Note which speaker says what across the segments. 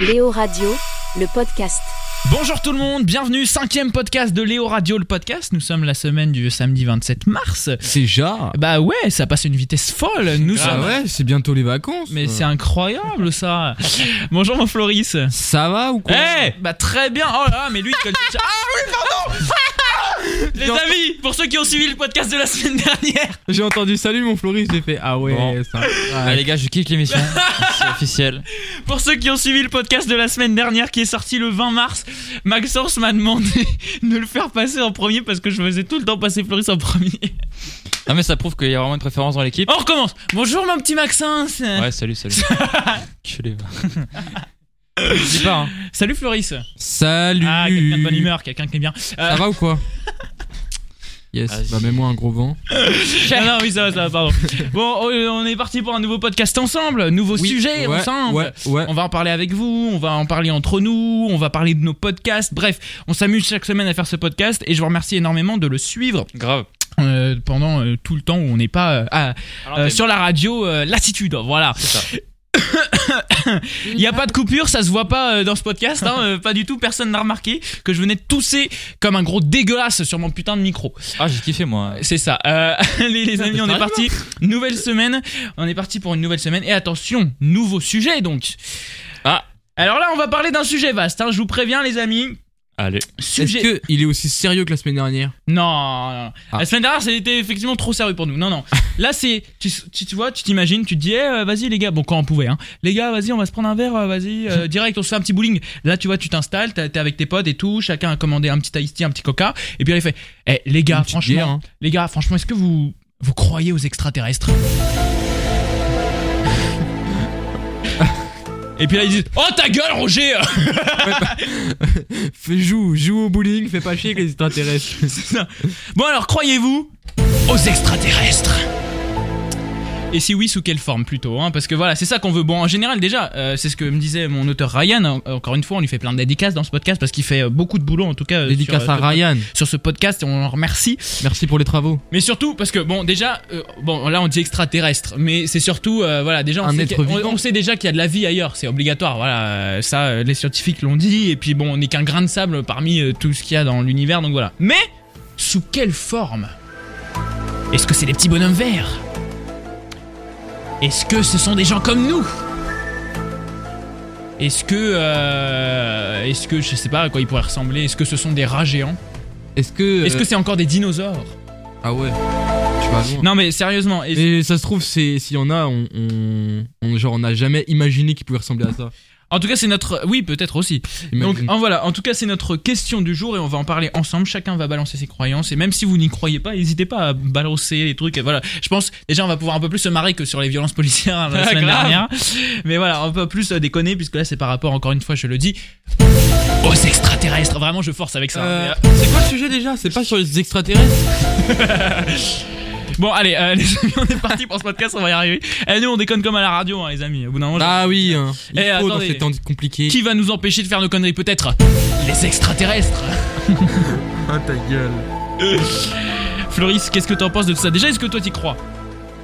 Speaker 1: Léo Radio, le podcast.
Speaker 2: Bonjour tout le monde, bienvenue, cinquième podcast de Léo Radio, le podcast. Nous sommes la semaine du samedi 27 mars.
Speaker 3: Déjà
Speaker 2: Bah ouais, ça passe une vitesse folle. Nous
Speaker 3: Ah
Speaker 2: sommes...
Speaker 3: ouais, c'est bientôt les vacances.
Speaker 2: Mais c'est incroyable ça. Bonjour mon Floris.
Speaker 3: Ça va ou
Speaker 2: Eh
Speaker 3: quoi
Speaker 2: Bah très bien. Oh là, mais lui il colle tout ça. Ah oui, pardon. Les
Speaker 3: Non.
Speaker 2: amis, pour ceux qui ont suivi le podcast de la semaine dernière,
Speaker 3: J'ai entendu salut mon Floris, j'ai fait ah ouais,
Speaker 4: Bon.
Speaker 3: ça.
Speaker 4: Ah, les gars, je kiffe l'émission. c'est officiel.
Speaker 2: pour ceux qui ont suivi le podcast de la semaine dernière qui est sorti le 20 mars, Maxence m'a demandé de le faire passer en premier parce que je faisais tout le temps passer Floris en premier.
Speaker 4: Non, mais ça prouve qu'il y a vraiment une préférence dans l'équipe.
Speaker 2: On recommence. Bonjour mon petit Maxence.
Speaker 4: Ouais, salut, salut. que les Je dis pas, hein.
Speaker 2: Salut Floris.
Speaker 3: Salut.
Speaker 2: Ah, quelqu'un de bonne humeur, quelqu'un qui est bien.
Speaker 3: Ça va ou quoi Yes,
Speaker 4: Vas-y.
Speaker 3: bah mets-moi un gros vent.
Speaker 2: Non, non, oui, ça va, ça va, pardon. Bon, on est parti pour un nouveau podcast ensemble, nouveau
Speaker 3: Oui,
Speaker 2: sujet
Speaker 3: ouais,
Speaker 2: ensemble.
Speaker 3: Ouais, ouais.
Speaker 2: On va en parler avec vous, on va en parler entre nous, on va parler de nos podcasts. Bref, on s'amuse chaque semaine à faire ce podcast et je vous remercie énormément de le suivre
Speaker 4: Grave.
Speaker 2: euh, pendant euh, tout le temps où on n'est pas euh, à-
Speaker 3: Ah,
Speaker 2: euh, sur la radio euh, Latitude. Voilà. Il n'y a pas de coupure, ça se voit pas euh, dans ce podcast, hein, euh, pas du tout. Personne n'a remarqué que je venais de tousser comme un gros dégueulasse sur mon putain de micro.
Speaker 4: Ah, j'ai kiffé, moi.
Speaker 2: C'est ça. Euh, allez les amis, on est
Speaker 3: Sérieusement
Speaker 2: parti. Nouvelle semaine. On est parti pour une nouvelle semaine. Et attention, nouveau sujet donc.
Speaker 4: Ah.
Speaker 2: Alors là, on va parler d'un sujet vaste. hein, Je vous préviens les amis.
Speaker 4: Allez.
Speaker 2: Sujet.
Speaker 3: Est-ce que il est aussi sérieux que la semaine dernière
Speaker 2: Non, non, non.
Speaker 3: Ah.
Speaker 2: La semaine dernière, c'était effectivement trop sérieux pour nous. Non, non. Là, c'est. Tu, tu, tu vois, tu t'imagines, tu te dis, eh, euh, vas-y, les gars. Bon, quand on pouvait, hein. Les gars, vas-y, on va se prendre un verre, euh, vas-y, euh, direct, on se fait un petit bowling. Là, tu vois, tu t'installes, t'es t'es avec tes potes et tout. Chacun a commandé un petit iced tea, un petit coca. Et puis, elle fait, eh, les gars,
Speaker 3: Une petite
Speaker 2: franchement,
Speaker 3: bière, hein.
Speaker 2: les gars, franchement, est-ce que vous, vous croyez aux extraterrestres Et puis là, ils disent, oh, ta gueule, Roger
Speaker 3: Fais joue, joue au bowling, fais pas chier que les extraterrestres.
Speaker 2: C'est ça. Bon alors, croyez-vous aux extraterrestres et si oui, sous quelle forme plutôt hein Parce que voilà, c'est ça qu'on veut. Bon, en général, déjà, euh, c'est ce que me disait mon auteur Ryan. En- Encore une fois, on lui fait plein de dédicaces dans ce podcast parce qu'il fait euh, beaucoup de boulot, en tout cas. euh,
Speaker 3: Dédicace
Speaker 2: sur, euh,
Speaker 3: à
Speaker 2: ce-
Speaker 3: Ryan,
Speaker 2: Sur ce podcast, et on en remercie.
Speaker 3: merci pour les travaux.
Speaker 2: Mais surtout, parce que bon, déjà, euh, bon, là, on dit extraterrestre, mais c'est surtout, euh, voilà, déjà, on
Speaker 3: Un
Speaker 2: sait,
Speaker 3: être
Speaker 2: qu'il y a- on-
Speaker 3: vivant.
Speaker 2: on sait déjà qu'il y a de la vie ailleurs, c'est obligatoire, voilà, euh, ça, euh, les scientifiques l'ont dit, et puis bon, on n'est qu'un grain de sable parmi euh, tout ce qu'il y a dans l'univers, donc voilà. Mais, sous quelle forme Est-ce que c'est des petits bonhommes verts Est-ce que ce sont des gens comme nous Est-ce que, euh, est-ce que, je sais pas à quoi ils pourraient ressembler, est-ce que ce sont des rats géants
Speaker 3: Est-ce que
Speaker 2: Est-ce que c'est encore des dinosaures
Speaker 3: ah ouais. Tu vas loin.
Speaker 2: Non mais sérieusement, est-ce-
Speaker 3: Et ça se trouve, c'est s'il y en a, on, on, on- genre on n'a jamais imaginé qu'il pouvait ressembler à ça.
Speaker 2: En tout cas, c'est notre. Oui, peut-être aussi. Donc,
Speaker 3: Imagine.
Speaker 2: en voilà. En tout cas, c'est notre question du jour et on va en parler ensemble. Chacun va balancer ses croyances. Et même si vous n'y croyez pas, n'hésitez pas à balancer les trucs. Et voilà. Je pense, déjà, on va pouvoir un peu plus se marrer que sur les violences policières hein, la
Speaker 4: Ah,
Speaker 2: semaine
Speaker 4: grave.
Speaker 2: dernière. Mais voilà, un peu plus euh, déconner, puisque là, c'est par rapport, encore une fois, je le dis, aux extraterrestres. Vraiment, je force avec ça.
Speaker 3: Euh, c'est quoi le sujet déjà C'est pas sur les extraterrestres
Speaker 2: Bon, allez, euh, les amis, on est parti pour ce podcast. On va y arriver. Et nous, on déconne comme à la radio, hein, les amis. Au bout d'un moment,
Speaker 3: Ah oui, hein. il
Speaker 2: Eh,
Speaker 3: faut dans
Speaker 2: attendez.
Speaker 3: ces temps compliqués.
Speaker 2: qui va nous empêcher de faire nos conneries Peut-être les extraterrestres.
Speaker 3: Ah ta gueule.
Speaker 2: Floris, qu'est-ce que t'en penses de tout ça Déjà, est-ce que toi t'y crois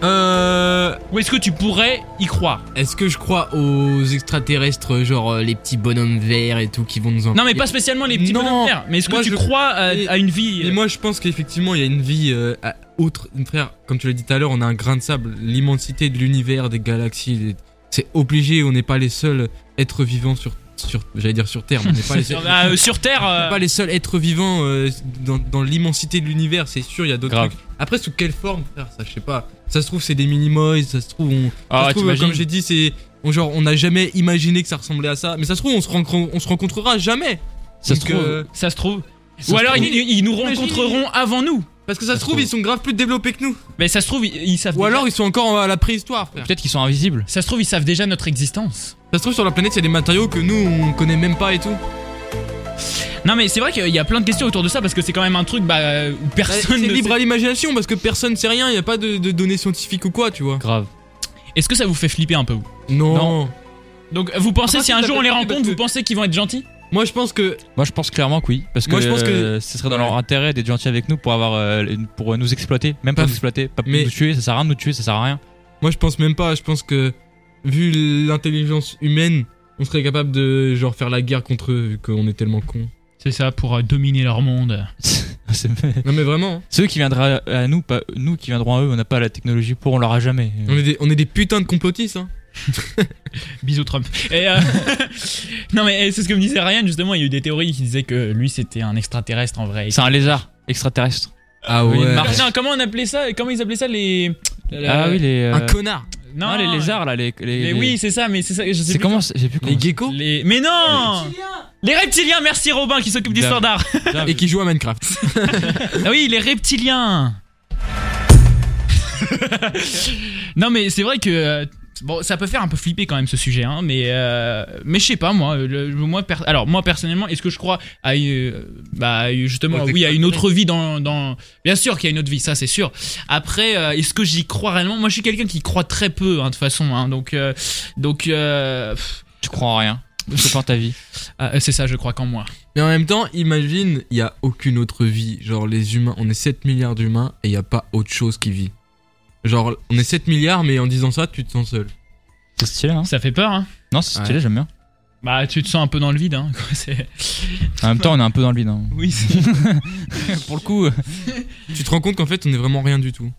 Speaker 3: Euh,
Speaker 2: Ou est-ce que tu pourrais y croire
Speaker 3: est-ce que je crois aux extraterrestres, genre euh, les petits bonhommes verts et tout qui vont nous en
Speaker 2: Non, mais pas spécialement les petits
Speaker 3: Non.
Speaker 2: bonhommes verts, mais est-ce que
Speaker 3: Moi,
Speaker 2: tu
Speaker 3: je-
Speaker 2: crois à,
Speaker 3: Mais-
Speaker 2: à une vie
Speaker 3: Mais
Speaker 2: euh,
Speaker 3: moi je pense qu'effectivement il y a une vie euh, à- autre. Frère, comme tu l'as dit tout à l'heure, on a un grain de sable, l'immensité de l'univers, des galaxies. des- C'est obligé, on n'est pas les seuls êtres vivants sur, sur j'allais dire sur Terre, mais on n'est pas les seuls.
Speaker 2: sur, ah, euh, sur Terre euh,
Speaker 3: C'est pas les seuls êtres vivants euh, dans, dans l'immensité de l'univers, c'est sûr, il y a d'autres
Speaker 4: Grave.
Speaker 3: trucs. Après, sous quelle forme frère, Ça, je sais pas. Ça se trouve, c'est des minimoys, ça se trouve, on, ça
Speaker 4: Ah,
Speaker 3: se trouve,
Speaker 4: t'imagines
Speaker 3: comme j'ai dit, c'est. on- Genre, on n'a jamais imaginé que ça ressemblait à ça. Mais ça se trouve, on se, rencon- on se rencontrera jamais.
Speaker 4: Ça se
Speaker 3: Donc,
Speaker 4: trouve.
Speaker 3: euh,
Speaker 2: Ça se trouve.
Speaker 3: ça
Speaker 2: Ou
Speaker 3: se
Speaker 2: alors
Speaker 3: trouve-
Speaker 2: ils, ils nous
Speaker 3: Imagine-
Speaker 2: rencontreront avant nous.
Speaker 3: Parce que ça,
Speaker 4: ça
Speaker 3: se trouve,
Speaker 4: se
Speaker 3: ils sont grave plus développés que nous.
Speaker 2: Mais ça se trouve, ils, ils savent.
Speaker 3: Ou
Speaker 2: déjà-
Speaker 3: alors, ils sont encore à la préhistoire, frère.
Speaker 4: Peut-être qu'ils sont invisibles.
Speaker 2: Ça se trouve, ils savent déjà notre existence.
Speaker 3: Ça se trouve, sur la planète, il y a des matériaux que nous, on connaît même pas et tout. Bah,
Speaker 2: Non, mais c'est vrai qu'il y a plein de questions autour de ça parce que c'est quand même un truc bah, euh, où
Speaker 3: C'est
Speaker 2: personne. ne
Speaker 3: libre
Speaker 2: sait.
Speaker 3: à l'imagination parce que personne sait rien, il n'y a pas de, de données scientifiques ou quoi, tu vois.
Speaker 4: Grave.
Speaker 2: Est-ce que ça vous fait flipper un peu vous
Speaker 3: Non.
Speaker 2: Donc vous pensez
Speaker 3: Après,
Speaker 2: si
Speaker 3: ça
Speaker 2: un jour on les
Speaker 3: peut
Speaker 2: rencontre,
Speaker 3: flipper parce
Speaker 2: vous
Speaker 3: que-
Speaker 2: pensez qu'ils vont être gentils
Speaker 3: Moi, je pense que.
Speaker 4: Moi, je pense clairement que oui. Parce que,
Speaker 3: Moi, je pense que-
Speaker 4: euh, ce serait dans leur intérêt d'être gentil avec nous pour, avoir, euh, une- pour nous exploiter. Même pas
Speaker 3: Pas-
Speaker 4: nous exploiter. Pas pour
Speaker 3: mais-
Speaker 4: nous tuer. Ça sert à rien de nous tuer. Ça sert à rien.
Speaker 3: Moi, je pense même pas. Je pense que vu l'intelligence humaine, on serait capable de genre faire la guerre contre eux vu qu'on est tellement cons.
Speaker 2: C'est ça, pour euh, dominer leur monde.
Speaker 4: C'est
Speaker 3: Non mais vraiment, hein.
Speaker 4: ceux qui viendront à nous, pas nous qui viendrons à eux, on n'a pas la technologie pour, on l'aura jamais.
Speaker 3: on est des, on est des putains de complotistes. Hein.
Speaker 2: Bisous Trump. Et, euh, non mais eh, c'est ce que me disait Ryan justement, il y a eu des théories qui disaient que lui c'était un extraterrestre en vrai.
Speaker 4: C'est un lézard extraterrestre.
Speaker 3: Ah
Speaker 4: ouais.
Speaker 2: Ah, non, comment on appelait ça Comment ils appelaient ça les
Speaker 4: ah oui, les. euh,
Speaker 3: Un connard.
Speaker 2: non,
Speaker 4: non, les lézards là, les. les-
Speaker 2: Mais
Speaker 4: les-
Speaker 2: oui, c'est ça, mais c'est ça, je sais
Speaker 4: C'est
Speaker 2: plus
Speaker 4: comment c'est- J'ai plus
Speaker 3: Les
Speaker 4: comment.
Speaker 3: geckos
Speaker 2: Les... Mais non Les reptiliens, merci Robin qui s'occupe du
Speaker 4: Dame.
Speaker 2: standard.
Speaker 3: et qui jouent à Minecraft.
Speaker 2: Ah oui, les reptiliens Non mais c'est vrai que... euh, Bon, ça peut faire un peu flipper quand même ce sujet, hein, mais euh, mais je sais pas moi. le- moi per- alors moi personnellement, est-ce que je crois à euh, bah justement
Speaker 3: Aux
Speaker 2: oui à une autre vie dans, dans bien sûr qu'il y a une autre vie, ça c'est sûr. Après, euh, est-ce que j'y crois réellement Moi, je suis quelqu'un qui croit très peu hein, de toute façon, hein, donc euh, donc euh, pff,
Speaker 4: Tu crois en rien. C'est pas ta vie.
Speaker 2: ah, c'est ça, je crois qu'en moi.
Speaker 3: Mais en même temps, imagine, il n'y a aucune autre vie. Genre, les humains, on est 7 milliards d'humains et il n'y a pas autre chose qui vit. Genre, on est 7 milliards, mais en disant ça, tu te sens seul.
Speaker 4: C'est stylé, hein
Speaker 2: Ça fait peur, hein
Speaker 4: Non, c'est stylé,
Speaker 3: Ouais.
Speaker 4: j'aime bien.
Speaker 2: Bah, tu te sens un peu dans le vide, hein. quoi, c'est-
Speaker 4: En même temps, on est un peu dans le vide. hein.
Speaker 2: Oui, c'est-
Speaker 4: Pour le coup, euh,
Speaker 3: Tu te rends compte qu'en fait, on est vraiment rien du tout.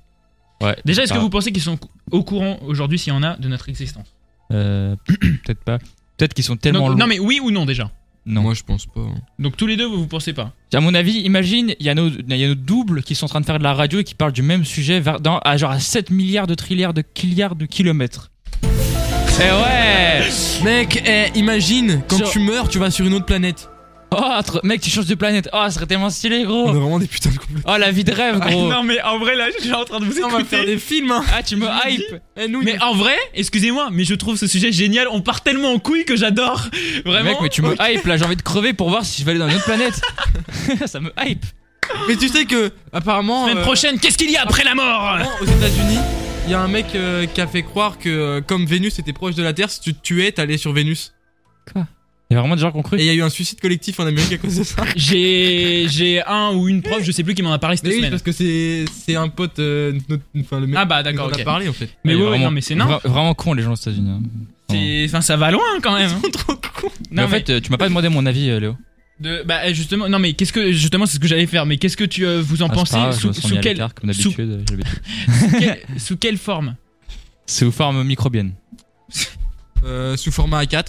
Speaker 4: ouais.
Speaker 2: Déjà, est-ce que
Speaker 4: Ah.
Speaker 2: vous pensez qu'ils sont au courant aujourd'hui, s'il y en a, de notre existence
Speaker 4: Euh, peut-être pas. Peut-être qu'ils sont tellement
Speaker 2: Donc-
Speaker 4: loin.
Speaker 2: Non, mais oui ou non déjà
Speaker 4: Non.
Speaker 3: Moi, je pense pas. hein.
Speaker 2: Donc tous les deux, vous vous pensez pas
Speaker 4: À mon avis, imagine, il y, a nos- il y a nos doubles qui sont en train de faire de la radio et qui parlent du même sujet vers- dans- à genre à 7 milliards de trilliards de killiards de kilomètres. Eh ouais
Speaker 3: Mec, eh, imagine, quand
Speaker 4: Sur-
Speaker 3: tu meurs, tu vas sur une autre planète.
Speaker 4: Oh, tr- mec, tu changes de planète. Oh, ça serait tellement stylé,
Speaker 3: On est
Speaker 4: gros.
Speaker 3: vraiment des putains de complotistes.
Speaker 4: Oh, la vie de rêve, gros.
Speaker 2: Ah, Non, mais en vrai, là, je suis en train de vous
Speaker 3: On va faire des films, hein.
Speaker 4: Ah, tu me hype.
Speaker 3: Eh, nous,
Speaker 2: Mais en vrai, excusez-moi, mais je trouve ce sujet génial. On part tellement en couille que j'adore. Vraiment.
Speaker 4: Mec, mais tu me hype là, j'ai envie de crever pour voir si je vais aller dans une autre planète. ça me hype.
Speaker 3: mais tu sais que, apparemment.
Speaker 2: Semaine
Speaker 3: euh,
Speaker 2: prochaine, qu'est-ce qu'il y a après la mort
Speaker 3: apparemment, aux États-Unis, il y a un mec euh, qui a fait croire que, euh, comme Vénus était proche de la Terre, si tu te tuais, t'allais sur Vénus.
Speaker 4: Il y a vraiment des gens qui ont
Speaker 3: Et
Speaker 4: cru.
Speaker 3: il y a eu un suicide collectif en Amérique à cause de ça.
Speaker 2: J'ai j'ai un ou une prof, je sais plus qui m'en a parlé cette
Speaker 3: Mais oui,
Speaker 2: semaine.
Speaker 3: parce que c'est c'est un pote, euh, notre- enfin le mec.
Speaker 2: Ah bah
Speaker 3: dont
Speaker 2: d'accord,
Speaker 3: On
Speaker 2: ok.
Speaker 3: a parlé en fait.
Speaker 2: Mais
Speaker 4: Il y a
Speaker 2: ouais, ouais,
Speaker 4: vraiment-
Speaker 2: non, mais c'est non.
Speaker 4: vra- vraiment con les gens aux États-Unis. hein.
Speaker 2: C'est- Enfin, ça va loin quand même.
Speaker 3: trop con.
Speaker 4: Mais en fait, euh, tu m'as pas demandé mon avis, euh, Léo.
Speaker 2: De- bah euh, justement, non mais qu'est-ce que justement c'est ce que j'allais faire, mais qu'est-ce que tu euh, vous en
Speaker 4: Ah, c'est
Speaker 2: pensez
Speaker 4: pas grave, je
Speaker 2: sous,
Speaker 4: me sens
Speaker 2: sous
Speaker 4: mis à
Speaker 2: quelle,
Speaker 4: l'écart, comme d'habitude, euh, j'ai l'habitude.
Speaker 2: quelle- sous quelle forme
Speaker 4: C'est aux formes microbiennes.
Speaker 3: Euh, sous format A4.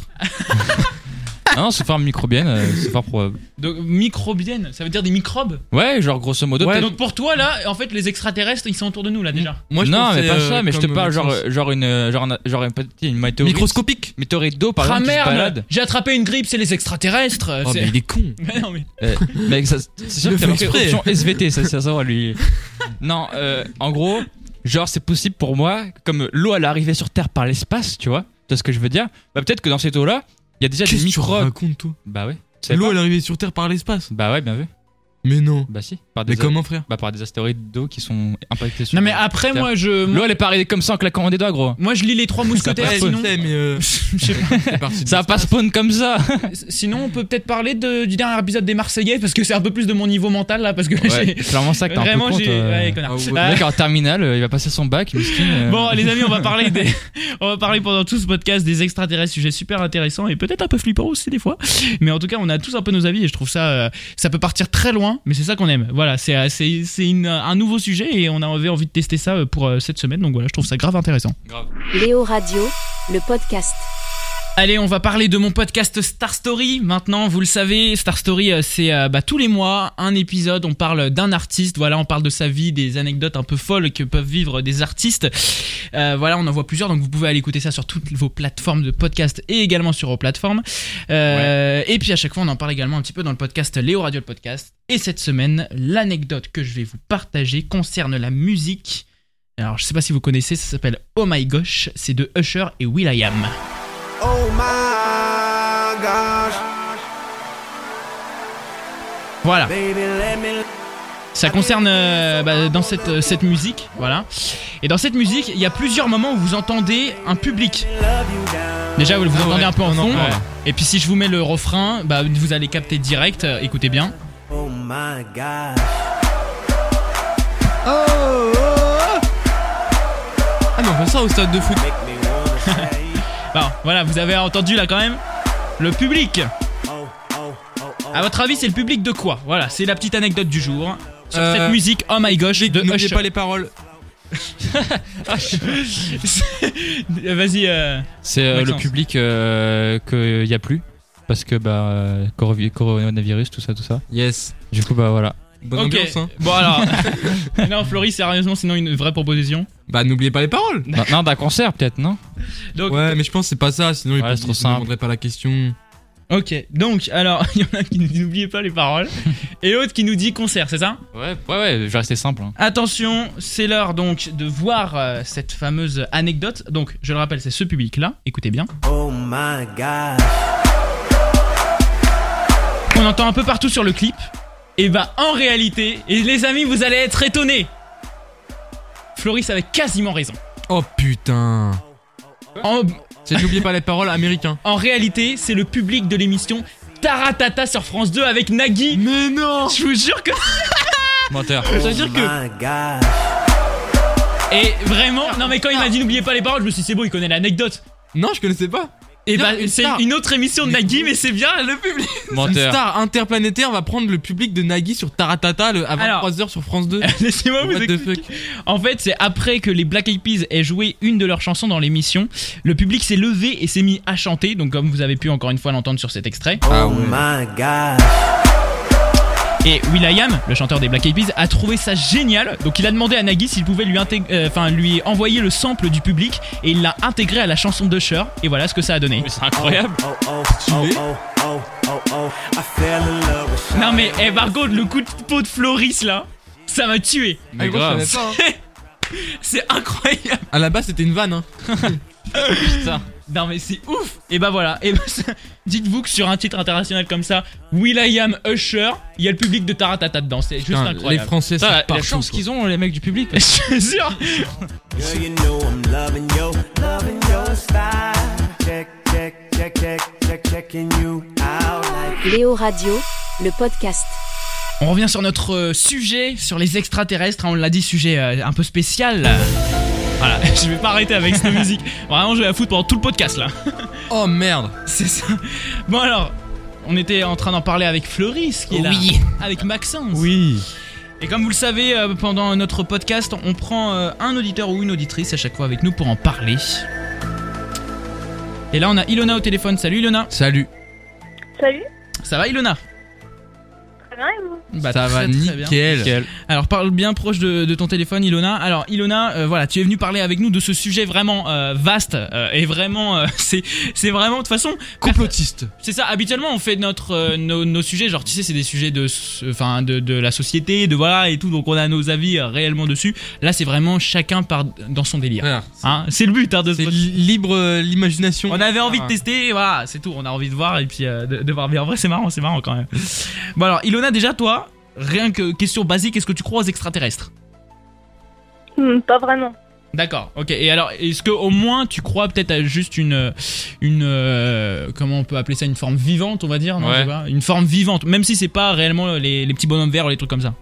Speaker 4: Ah non, sous forme microbienne, euh, c'est fort probable.
Speaker 2: Donc microbienne, ça veut dire des microbes.
Speaker 4: Ouais, genre grosso modo. peut-être-
Speaker 2: Donc pour toi là, en fait les extraterrestres ils sont autour de nous là déjà.
Speaker 3: Moi je
Speaker 4: non,
Speaker 3: pense
Speaker 4: mais
Speaker 3: que
Speaker 4: pas
Speaker 3: c'est,
Speaker 4: ça,
Speaker 3: euh,
Speaker 4: mais je te
Speaker 3: comme,
Speaker 4: parle
Speaker 3: euh,
Speaker 4: genre,
Speaker 3: sens.
Speaker 4: euh, genre une, euh, genre une, genre une petite une météorite,
Speaker 3: microscopique.
Speaker 4: météorite d'eau par
Speaker 2: Ah
Speaker 4: exemple qui se
Speaker 2: merde,
Speaker 4: balade.
Speaker 2: j'ai attrapé une grippe, c'est les extraterrestres.
Speaker 3: Oh
Speaker 2: c'est-
Speaker 3: mais il est con.
Speaker 2: Mais non, mais-
Speaker 4: Euh, mec, ça- c'est sûr
Speaker 3: Le
Speaker 4: que t'as
Speaker 3: fait
Speaker 4: marqué
Speaker 3: exprès.
Speaker 4: option SVT, ça, ça, ça va lui. non, euh, en gros, genre c'est possible pour moi, comme l'eau elle est arrivée sur Terre par l'espace, tu vois, tu vois ce que je veux dire Bah peut-être que dans cette eau là, il y a déjà des
Speaker 3: Qu'est-ce que tu
Speaker 4: microbes.
Speaker 3: racontes toi
Speaker 4: Bah ouais. Tu savais
Speaker 3: L'eau
Speaker 4: pas
Speaker 3: elle est arrivée sur Terre par l'espace.
Speaker 4: Bah ouais, bien vu.
Speaker 3: Mais non.
Speaker 4: Bah si. Par des
Speaker 3: Mais comment frère
Speaker 4: Bah par des astéroïdes d'eau qui sont impactés sur.
Speaker 2: non mais après moi je
Speaker 4: L'eau
Speaker 2: moi,
Speaker 4: elle est pas arrivée comme ça en claquant des doigts, gros.
Speaker 2: moi, je lis les trois
Speaker 4: Ça
Speaker 2: mousquetaires
Speaker 4: passe,
Speaker 3: je
Speaker 2: sinon.
Speaker 3: sais, mais euh,
Speaker 2: Je sais pas.
Speaker 3: c'est parti de
Speaker 4: Ça va pas spawn comme ça.
Speaker 2: Sinon on peut peut-être parler de- du dernier épisode des Marseillais parce que c'est un peu plus de mon niveau mental là parce que
Speaker 4: Ouais,
Speaker 2: j'ai
Speaker 4: c'est vraiment ça que t'as un peu euh.
Speaker 2: vraiment
Speaker 4: con,
Speaker 2: j'ai
Speaker 4: toi.
Speaker 2: ouais, connard.
Speaker 3: Ah ouais.
Speaker 2: Ah,
Speaker 4: Le mec en terminale, euh, il va passer son bac, miskin. euh.
Speaker 2: Bon, les amis, on va parler des... on va parler pendant tout ce podcast des extraterrestres, sujet super intéressant et peut-être un peu flippant aussi des fois. Mais en tout cas, on a tous un peu nos avis et je trouve ça, euh, ça peut partir très loin, mais c'est ça qu'on aime. Voilà, c'est euh, c'est c'est une, euh, un nouveau sujet et on avait envie de tester ça euh, pour euh, cette semaine. Donc voilà, je trouve ça grave intéressant.
Speaker 1: Léo Radio, le podcast.
Speaker 2: Allez, on va parler de mon podcast Star Story. Maintenant, vous le savez, Star Story, euh, c'est euh, bah, tous les mois un épisode. On parle d'un artiste. Voilà, on parle de sa vie, des anecdotes un peu folles que peuvent vivre des artistes. Euh, voilà, on en voit plusieurs. Donc, vous pouvez aller écouter ça sur toutes vos plateformes de podcast et également sur vos plateformes. Euh, Et puis, à chaque fois, on en parle également un petit peu dans le podcast Léo Radio le podcast. Et cette semaine, l'anecdote que je vais vous partager concerne la musique. Alors, je sais pas si vous connaissez, ça s'appelle Oh My Gosh. C'est de Usher et Will.i.am.
Speaker 5: Oh my gosh,
Speaker 2: Voilà.
Speaker 5: baby, let me.
Speaker 2: Ça concerne euh, bah, dans cette, euh, cette musique, voilà. Et dans cette musique, il y a plusieurs moments où vous entendez un public. Déjà, vous vous
Speaker 3: Ah
Speaker 2: entendez un peu en fond.
Speaker 4: ouais.
Speaker 2: Et puis, si je vous mets le refrain, bah, vous allez capter direct. Euh, Écoutez bien.
Speaker 5: Oh my gosh. Oh, oh,
Speaker 3: Ah mais on fait ça au stade de foot.
Speaker 5: oh. Make me wanna say.
Speaker 2: Bah, voilà, vous avez entendu là quand même. Le public.
Speaker 5: oh, oh, oh, oh.
Speaker 2: À votre avis, c'est le public de quoi Voilà, c'est la petite anecdote du jour hein. sur
Speaker 3: Euh,
Speaker 2: cette musique Oh My Gosh de
Speaker 3: N'oubliez
Speaker 2: Usher.
Speaker 3: pas les paroles.
Speaker 2: Vas-y. euh,
Speaker 4: C'est euh, le
Speaker 2: Maxence.
Speaker 4: public euh, qu'il n'y a plus. Parce que, bah, euh, corovi- coronavirus, tout ça, tout ça.
Speaker 3: Yes.
Speaker 4: Du coup, bah voilà.
Speaker 3: Bonne
Speaker 2: ok.
Speaker 3: ambiance, hein.
Speaker 2: Bon alors. non, Floris, sérieusement, sinon une vraie proposition.
Speaker 3: Bah, n'oubliez pas les paroles.
Speaker 4: Non, non, d'un concert peut-être, non
Speaker 2: Donc,
Speaker 3: Ouais, mais je pense que c'est pas ça, sinon
Speaker 4: Ouais,
Speaker 3: ils
Speaker 4: c'est trop
Speaker 3: ils
Speaker 4: simple.
Speaker 3: répondraient pas la question.
Speaker 2: ok. Donc, alors, il y en a qui nous dit n'oubliez pas les paroles, et l'autre qui nous dit concert, c'est ça
Speaker 4: Ouais, ouais, ouais, je vais rester simple. hein.
Speaker 2: Attention, c'est l'heure donc de voir euh, cette fameuse anecdote. Donc, je le rappelle, c'est ce public-là. Écoutez bien.
Speaker 5: Oh my gosh.
Speaker 2: qu'on entend un peu partout sur le clip, et bah en réalité, et les amis, vous allez être étonnés. Floris avait quasiment raison.
Speaker 3: Oh putain.
Speaker 2: En,
Speaker 3: C'est n'oubliez pas les paroles américain.
Speaker 2: en réalité, c'est le public de l'émission Taratata sur France 2 avec Nagui.
Speaker 3: Mais non
Speaker 2: Je vous jure que.
Speaker 4: Menteur.
Speaker 2: Ça veut
Speaker 5: Oh
Speaker 2: dire que.
Speaker 5: my gosh.
Speaker 2: Et vraiment, non mais quand il m'a dit n'oubliez pas les paroles, je me suis dit c'est bon, il connaît l'anecdote.
Speaker 3: Non, je connaissais pas.
Speaker 2: Et
Speaker 3: Non,
Speaker 2: bah
Speaker 3: une
Speaker 2: c'est
Speaker 3: star.
Speaker 2: une autre émission de Nagui, mais c'est bien le public.
Speaker 3: Une
Speaker 4: Menteur.
Speaker 3: star interplanétaire va prendre le public de Nagui sur Taratata le- à
Speaker 2: Alors. Ah
Speaker 3: 23h sur France 2.
Speaker 2: Laissez-moi vous
Speaker 3: What the
Speaker 2: expliquer.
Speaker 3: fuck
Speaker 2: En fait, c'est après que les Black Eyed Peas aient joué une de leurs chansons dans l'émission, le public s'est levé et s'est mis à chanter, donc comme vous avez pu encore une fois l'entendre sur cet extrait.
Speaker 5: Oh my gosh.
Speaker 2: Et Will.i.am, le chanteur des Black Eyed Peas, a trouvé ça génial, donc il a demandé à Nagui s'il pouvait lui, intég- euh, enfin, lui envoyer le sample du public, et il l'a intégré à la chanson de Cher, et voilà ce que ça a donné.
Speaker 4: Mais c'est incroyable.
Speaker 5: Oh, oh, oh, oh, oh, oh, oh. I fell in love with
Speaker 2: Non mais, eh, par contre, le coup de peau de Floris là, ça m'a tué.
Speaker 4: Mais
Speaker 3: Ah, gros,
Speaker 4: grave.
Speaker 3: je savais pas, hein.
Speaker 2: C'est incroyable.
Speaker 3: À la base, c'était une vanne. hein.
Speaker 2: Non mais c'est ouf Et bah voilà, et bah ça- dites-vous que sur un titre international comme ça, Will.i.am, Usher, il y a le public de Taratata dedans, c'est juste
Speaker 3: Putain, les
Speaker 2: incroyable.
Speaker 3: Français,
Speaker 4: Putain, la,
Speaker 3: c'est
Speaker 4: la chance qu'ils ont, les mecs du public.
Speaker 2: Je te jure
Speaker 5: Girl, you know I'm loving your, loving your style. Check, check, check, check, check, checking you out like
Speaker 1: Léo Radio, le podcast.
Speaker 2: On revient sur notre euh, sujet, sur les extraterrestres, hein, on l'a dit, sujet euh, un peu spécial. Voilà, je vais pas arrêter avec cette musique. Vraiment, je vais la foutre pendant tout le podcast là.
Speaker 3: Oh merde.
Speaker 2: C'est ça. Bon alors, on était en train d'en parler avec Floris qui est là.
Speaker 3: Oui.
Speaker 2: Avec Maxence.
Speaker 3: Oui.
Speaker 2: Et comme vous le savez, euh, pendant notre podcast, on prend euh, un auditeur ou une auditrice à chaque fois avec nous pour en parler. Et là, on a Ilona au téléphone. Salut Ilona.
Speaker 3: Salut.
Speaker 6: Salut,
Speaker 2: Ça va Ilona
Speaker 6: très bien et vous
Speaker 2: Bah,
Speaker 3: ça
Speaker 2: très,
Speaker 3: va
Speaker 2: très bien.
Speaker 3: nickel.
Speaker 2: Alors parle bien proche de, de ton téléphone Ilona. Alors Ilona, euh, voilà, tu es venue parler avec nous de ce sujet vraiment euh, vaste euh, et vraiment, euh, c'est c'est vraiment de toute façon,
Speaker 3: Complotiste.
Speaker 2: c'est ça. Habituellement, on fait notre euh, nos, nos sujets, genre tu sais, c'est des sujets de s- enfin de, de la société, de voilà et tout, donc on a nos avis euh, réellement dessus. Là, c'est vraiment chacun part dans son délire.
Speaker 4: Ah
Speaker 3: Voilà.
Speaker 2: Hein, c'est le but hein, de ce
Speaker 3: C'est li- libre euh, l'imagination.
Speaker 2: on avait envie de
Speaker 3: Ah.
Speaker 2: tester, et voilà, c'est tout. On a envie de voir et puis euh, de, de voir. Mais en vrai, c'est marrant, c'est marrant quand même. Bon alors, Ilona, déjà toi, rien que question basique, est-ce que tu crois aux extraterrestres
Speaker 6: Hmm, Pas vraiment.
Speaker 2: D'accord. Ok. Et alors, est-ce que au moins tu crois peut-être à juste une, une, euh, comment on peut appeler ça, une forme vivante, on va dire, non,
Speaker 4: Ouais.
Speaker 2: je sais pas, une forme vivante, même si c'est pas réellement les, les petits bonhommes verts ou les trucs comme ça.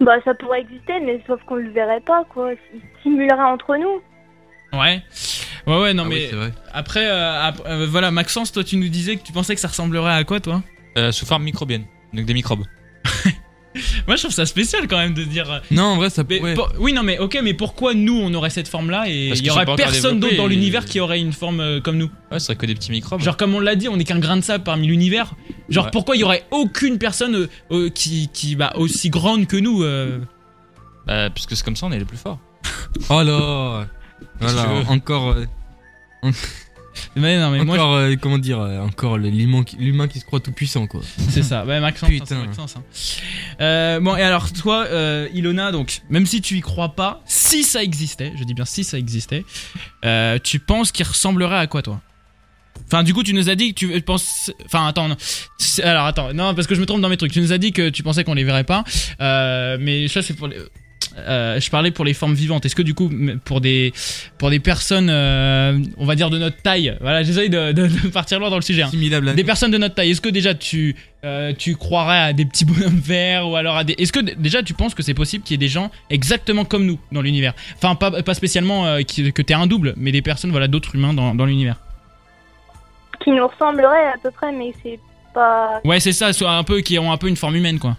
Speaker 6: Bah ça pourrait exister, mais sauf qu'on le verrait pas quoi. Il simulerait entre nous.
Speaker 2: Ouais. Ouais, ouais. Non,
Speaker 3: Ah oui,
Speaker 2: mais
Speaker 3: c'est vrai.
Speaker 2: après, euh, ap- euh, voilà, Maxence, toi, tu nous disais que tu pensais que ça ressemblerait à quoi, toi
Speaker 4: Euh, sous forme microbienne. Donc des microbes.
Speaker 2: Moi, je trouve ça spécial quand même de dire. euh,
Speaker 3: Non, en vrai, ça
Speaker 2: Mais
Speaker 3: pourrait.
Speaker 2: pour- oui, non, mais ok, mais pourquoi nous on aurait cette forme-là et il y
Speaker 4: Parce qu'ils sont
Speaker 2: aurait
Speaker 4: pas encore
Speaker 2: personne d'autre dans
Speaker 4: développés et-
Speaker 2: l'univers qui aurait une forme euh, comme nous
Speaker 4: Ouais, ce serait que des petits microbes.
Speaker 2: Genre, comme on l'a dit, on est qu'un grain de sable parmi l'univers. Genre,
Speaker 4: Ouais.
Speaker 2: pourquoi il y aurait aucune personne euh, euh, qui, qui bah, aussi grande que nous euh,
Speaker 4: Bah, parce que c'est comme ça, on est les plus forts.
Speaker 3: Oh là.
Speaker 4: Qu'est-ce
Speaker 3: Voilà,
Speaker 4: que tu veux
Speaker 3: encore. euh,
Speaker 2: Mais non, mais moi,
Speaker 3: encore, euh, comment dire, euh, encore le- l'humain qui, l'humain qui se croit tout puissant, quoi.
Speaker 2: je- c'est ça. Bah, Maxence, hein, c'est
Speaker 3: Putain.
Speaker 2: Maxence, hein. Euh, bon, et alors, toi, euh, Ilona, donc, même si tu y crois pas, si ça existait, je dis bien si ça existait, euh, tu penses qu'il ressemblerait à quoi, toi Enfin, du coup, tu nous as dit que tu penses. Enfin, attends, non. C'est- Alors, attends, non, parce que je me trompe dans mes trucs. Tu nous as dit que tu pensais qu'on les verrait pas. Euh, mais ça, c'est pour les. euh, je parlais pour les formes vivantes. Est-ce que du coup, m- pour des, pour des personnes, euh, on va dire de notre taille, voilà, j'essaye de, de- de partir loin dans le sujet. hein.
Speaker 3: Assimilable à
Speaker 2: Des personnes de notre taille, est-ce que déjà tu, euh, tu croirais à des petits bonhommes verts ou alors à des. Est-ce que d- déjà tu penses que c'est possible qu'il y ait des gens exactement comme nous dans l'univers Enfin, pas, pas spécialement euh, qui- que t'es un double, mais des personnes, voilà, d'autres humains dans, dans l'univers.
Speaker 6: qui nous ressemblerait à peu près, mais c'est pas.
Speaker 2: Ouais, c'est ça, soit un peu qui ont un peu une forme humaine quoi.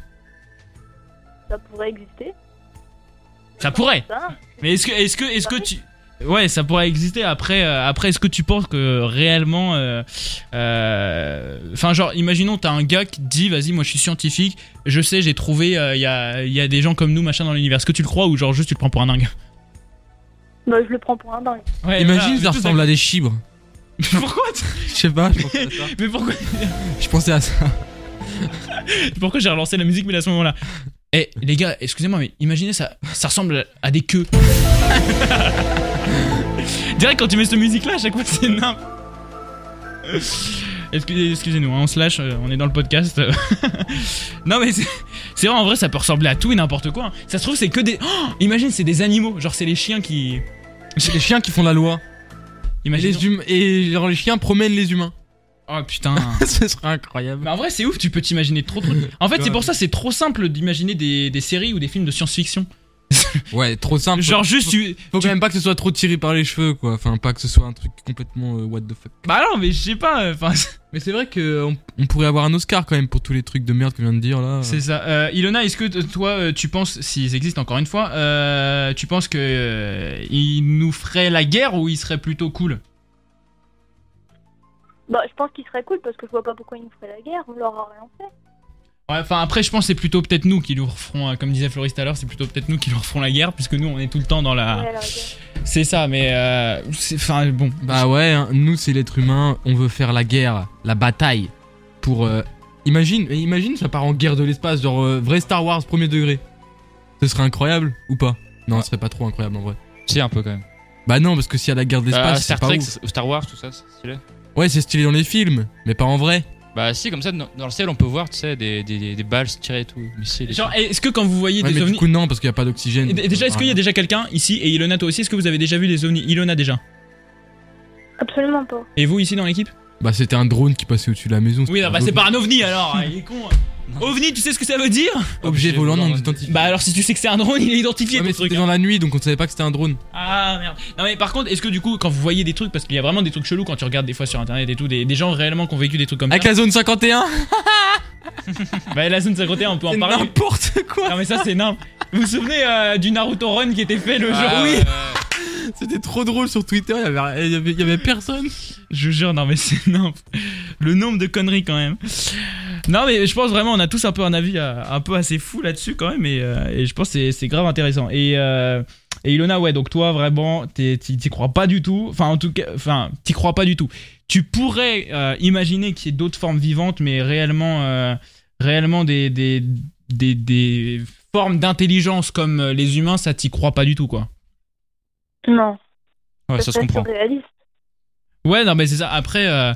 Speaker 6: Ça pourrait exister.
Speaker 2: Ça pourrait.
Speaker 6: Ça.
Speaker 2: Mais est-ce que est-ce que est-ce que tu Ouais, ça pourrait exister après euh, après est-ce que tu penses que réellement euh, euh, enfin genre imaginons t'as un gars qui te dit vas-y moi je suis scientifique, je sais, j'ai trouvé euh, il y a il y a des gens comme nous machin dans l'univers. Est-ce que tu le crois ou genre juste tu le prends pour un dingue
Speaker 6: Bah, je le prends pour un dingue.
Speaker 2: Ouais,
Speaker 3: Imagine, ça ressemble à des chibres.
Speaker 2: Pourquoi t-
Speaker 3: Je sais pas, je pensais à ça.
Speaker 2: Mais pourquoi
Speaker 3: Je pensais à ça.
Speaker 2: Pourquoi j'ai relancé la musique mais à ce moment-là Eh les gars, excusez-moi mais imaginez ça, ça ressemble à des queues. Direct quand tu mets cette musique là, à chaque fois c'est nimp. Excusez- Excusez-nous, hein, on se lâche, euh, on est dans le podcast. non mais c'est- c'est vrai, en vrai ça peut ressembler à tout et n'importe quoi. hein. Ça se trouve c'est que des... Oh, imagine c'est des animaux, genre c'est les chiens qui...
Speaker 3: C'est les chiens qui font la loi. Et,
Speaker 2: Imagine...
Speaker 3: les, hum- et genre, les chiens promènent les humains.
Speaker 2: Oh putain.
Speaker 3: Ce serait incroyable.
Speaker 2: Mais en vrai, c'est ouf, tu peux t'imaginer trop de trucs. En fait, c'est pour ça, c'est trop simple d'imaginer des, des séries ou des films de science-fiction.
Speaker 3: Ouais, trop simple.
Speaker 2: Genre, juste tu.
Speaker 3: Faut
Speaker 2: tu-
Speaker 3: quand même pas que ce soit trop tiré par les cheveux, quoi. Enfin, pas que ce soit un truc complètement euh, what the fuck.
Speaker 2: Bah non, mais je sais pas, enfin,
Speaker 3: Mais c'est vrai que euh, on, on pourrait avoir un Oscar quand même pour tous les trucs de merde que je viens de dire là.
Speaker 2: c'est ça. Euh, Ilona, est-ce que t- toi, euh, tu penses, s'ils existent encore une fois, euh, tu penses que euh, ils nous feraient la guerre ou ils seraient plutôt cool
Speaker 6: Bah, je pense qu'il serait cool parce que je vois pas pourquoi ils nous feraient la guerre, on leur a rien fait.
Speaker 2: Ouais, Enfin, après, je pense que c'est plutôt peut-être nous qui leur ferons, euh, comme disait Floris tout à l'heure, c'est plutôt peut-être nous qui leur ferons la guerre, puisque nous, on est tout le temps dans
Speaker 4: Ah.
Speaker 2: la.
Speaker 6: Ouais, la guerre.
Speaker 2: C'est ça, mais. euh, c'est- Enfin, bon.
Speaker 3: Bah ouais, hein, nous c'est l'être humain, on veut faire la guerre, la bataille pour. euh, imagine, imagine ça part en guerre de l'espace, genre euh, vrai Star Wars premier degré. Ce serait incroyable ou pas Non, ce serait pas trop incroyable en vrai.
Speaker 4: Si, un peu quand même.
Speaker 3: Bah non, parce que s'il y a la guerre
Speaker 2: Euh,
Speaker 3: de
Speaker 4: Bah,
Speaker 3: l'espace, c'est
Speaker 4: Star
Speaker 3: pas
Speaker 4: Trek,
Speaker 3: ouf.
Speaker 4: ou Star Wars, tout ça, c'est stylé.
Speaker 3: Ouais, c'est stylé dans les films, mais pas en vrai.
Speaker 4: Bah, si, comme ça, dans dans le ciel, on peut voir, tu sais, des, des, des- des balles se tirer et tout. Missiles et
Speaker 2: Genre,
Speaker 4: tout.
Speaker 2: est-ce que quand vous voyez
Speaker 3: Ouais,
Speaker 2: des
Speaker 3: mais du
Speaker 2: ovnis.
Speaker 3: coup non, parce qu'il y a pas d'oxygène.
Speaker 2: Et d- Déjà, est-ce qu'il y a déjà quelqu'un ici et Ilona toi aussi Est-ce que vous avez déjà vu les ovnis Ilona déjà.
Speaker 6: Absolument pas.
Speaker 2: Et vous ici dans l'équipe
Speaker 3: Bah c'était un drone qui passait au-dessus de la maison.
Speaker 2: Oui,
Speaker 3: un
Speaker 2: non, bah c'est
Speaker 3: drone.
Speaker 2: pas un ovni alors. Il est con. hein. Ovni, tu sais ce que ça veut dire
Speaker 3: Objet volant non identifié.
Speaker 2: Bah alors si tu sais que c'est un drone, il est identifié
Speaker 3: Ouais,
Speaker 2: ton
Speaker 3: mais
Speaker 2: truc.
Speaker 3: c'était
Speaker 2: hein.
Speaker 3: dans la nuit, donc on savait pas que c'était un drone.
Speaker 2: Ah merde. Non mais par contre, est-ce que du coup quand vous voyez des trucs parce qu'il y a vraiment des trucs chelous quand tu regardes des fois sur internet et tout des, des gens réellement qui ont vécu des trucs comme
Speaker 3: Avec
Speaker 2: ça.
Speaker 3: la zone 51
Speaker 2: Bah la zone 51, on peut en
Speaker 3: c'est
Speaker 2: parler.
Speaker 3: N'importe quoi
Speaker 2: Non mais ça c'est énorme. Vous vous souvenez euh, du Naruto Run qui était fait le jour
Speaker 4: Ah,
Speaker 2: Oui.
Speaker 4: ouais.
Speaker 3: C'était trop drôle sur Twitter, il y avait, il y avait- il y avait personne.
Speaker 2: Je vous jure, non mais c'est nimp. Le nombre de conneries quand même. Non mais je pense vraiment on a tous un peu un avis euh, un peu assez fou là-dessus quand même et, euh, et je pense que c'est- c'est grave intéressant. Et, euh, et Ilona ouais donc toi vraiment t'es- t'y t'y crois pas du tout. Enfin en tout cas enfin t'y crois pas du tout. Tu pourrais euh, imaginer qu'il y ait d'autres formes vivantes mais réellement euh, réellement des des, des, des formes d'intelligence comme euh, les humains ça t'y crois pas du tout quoi.
Speaker 6: Non,
Speaker 4: Ouais, ça se
Speaker 6: serait
Speaker 4: comprend.
Speaker 6: surréaliste.
Speaker 2: Ouais non mais c'est ça après euh,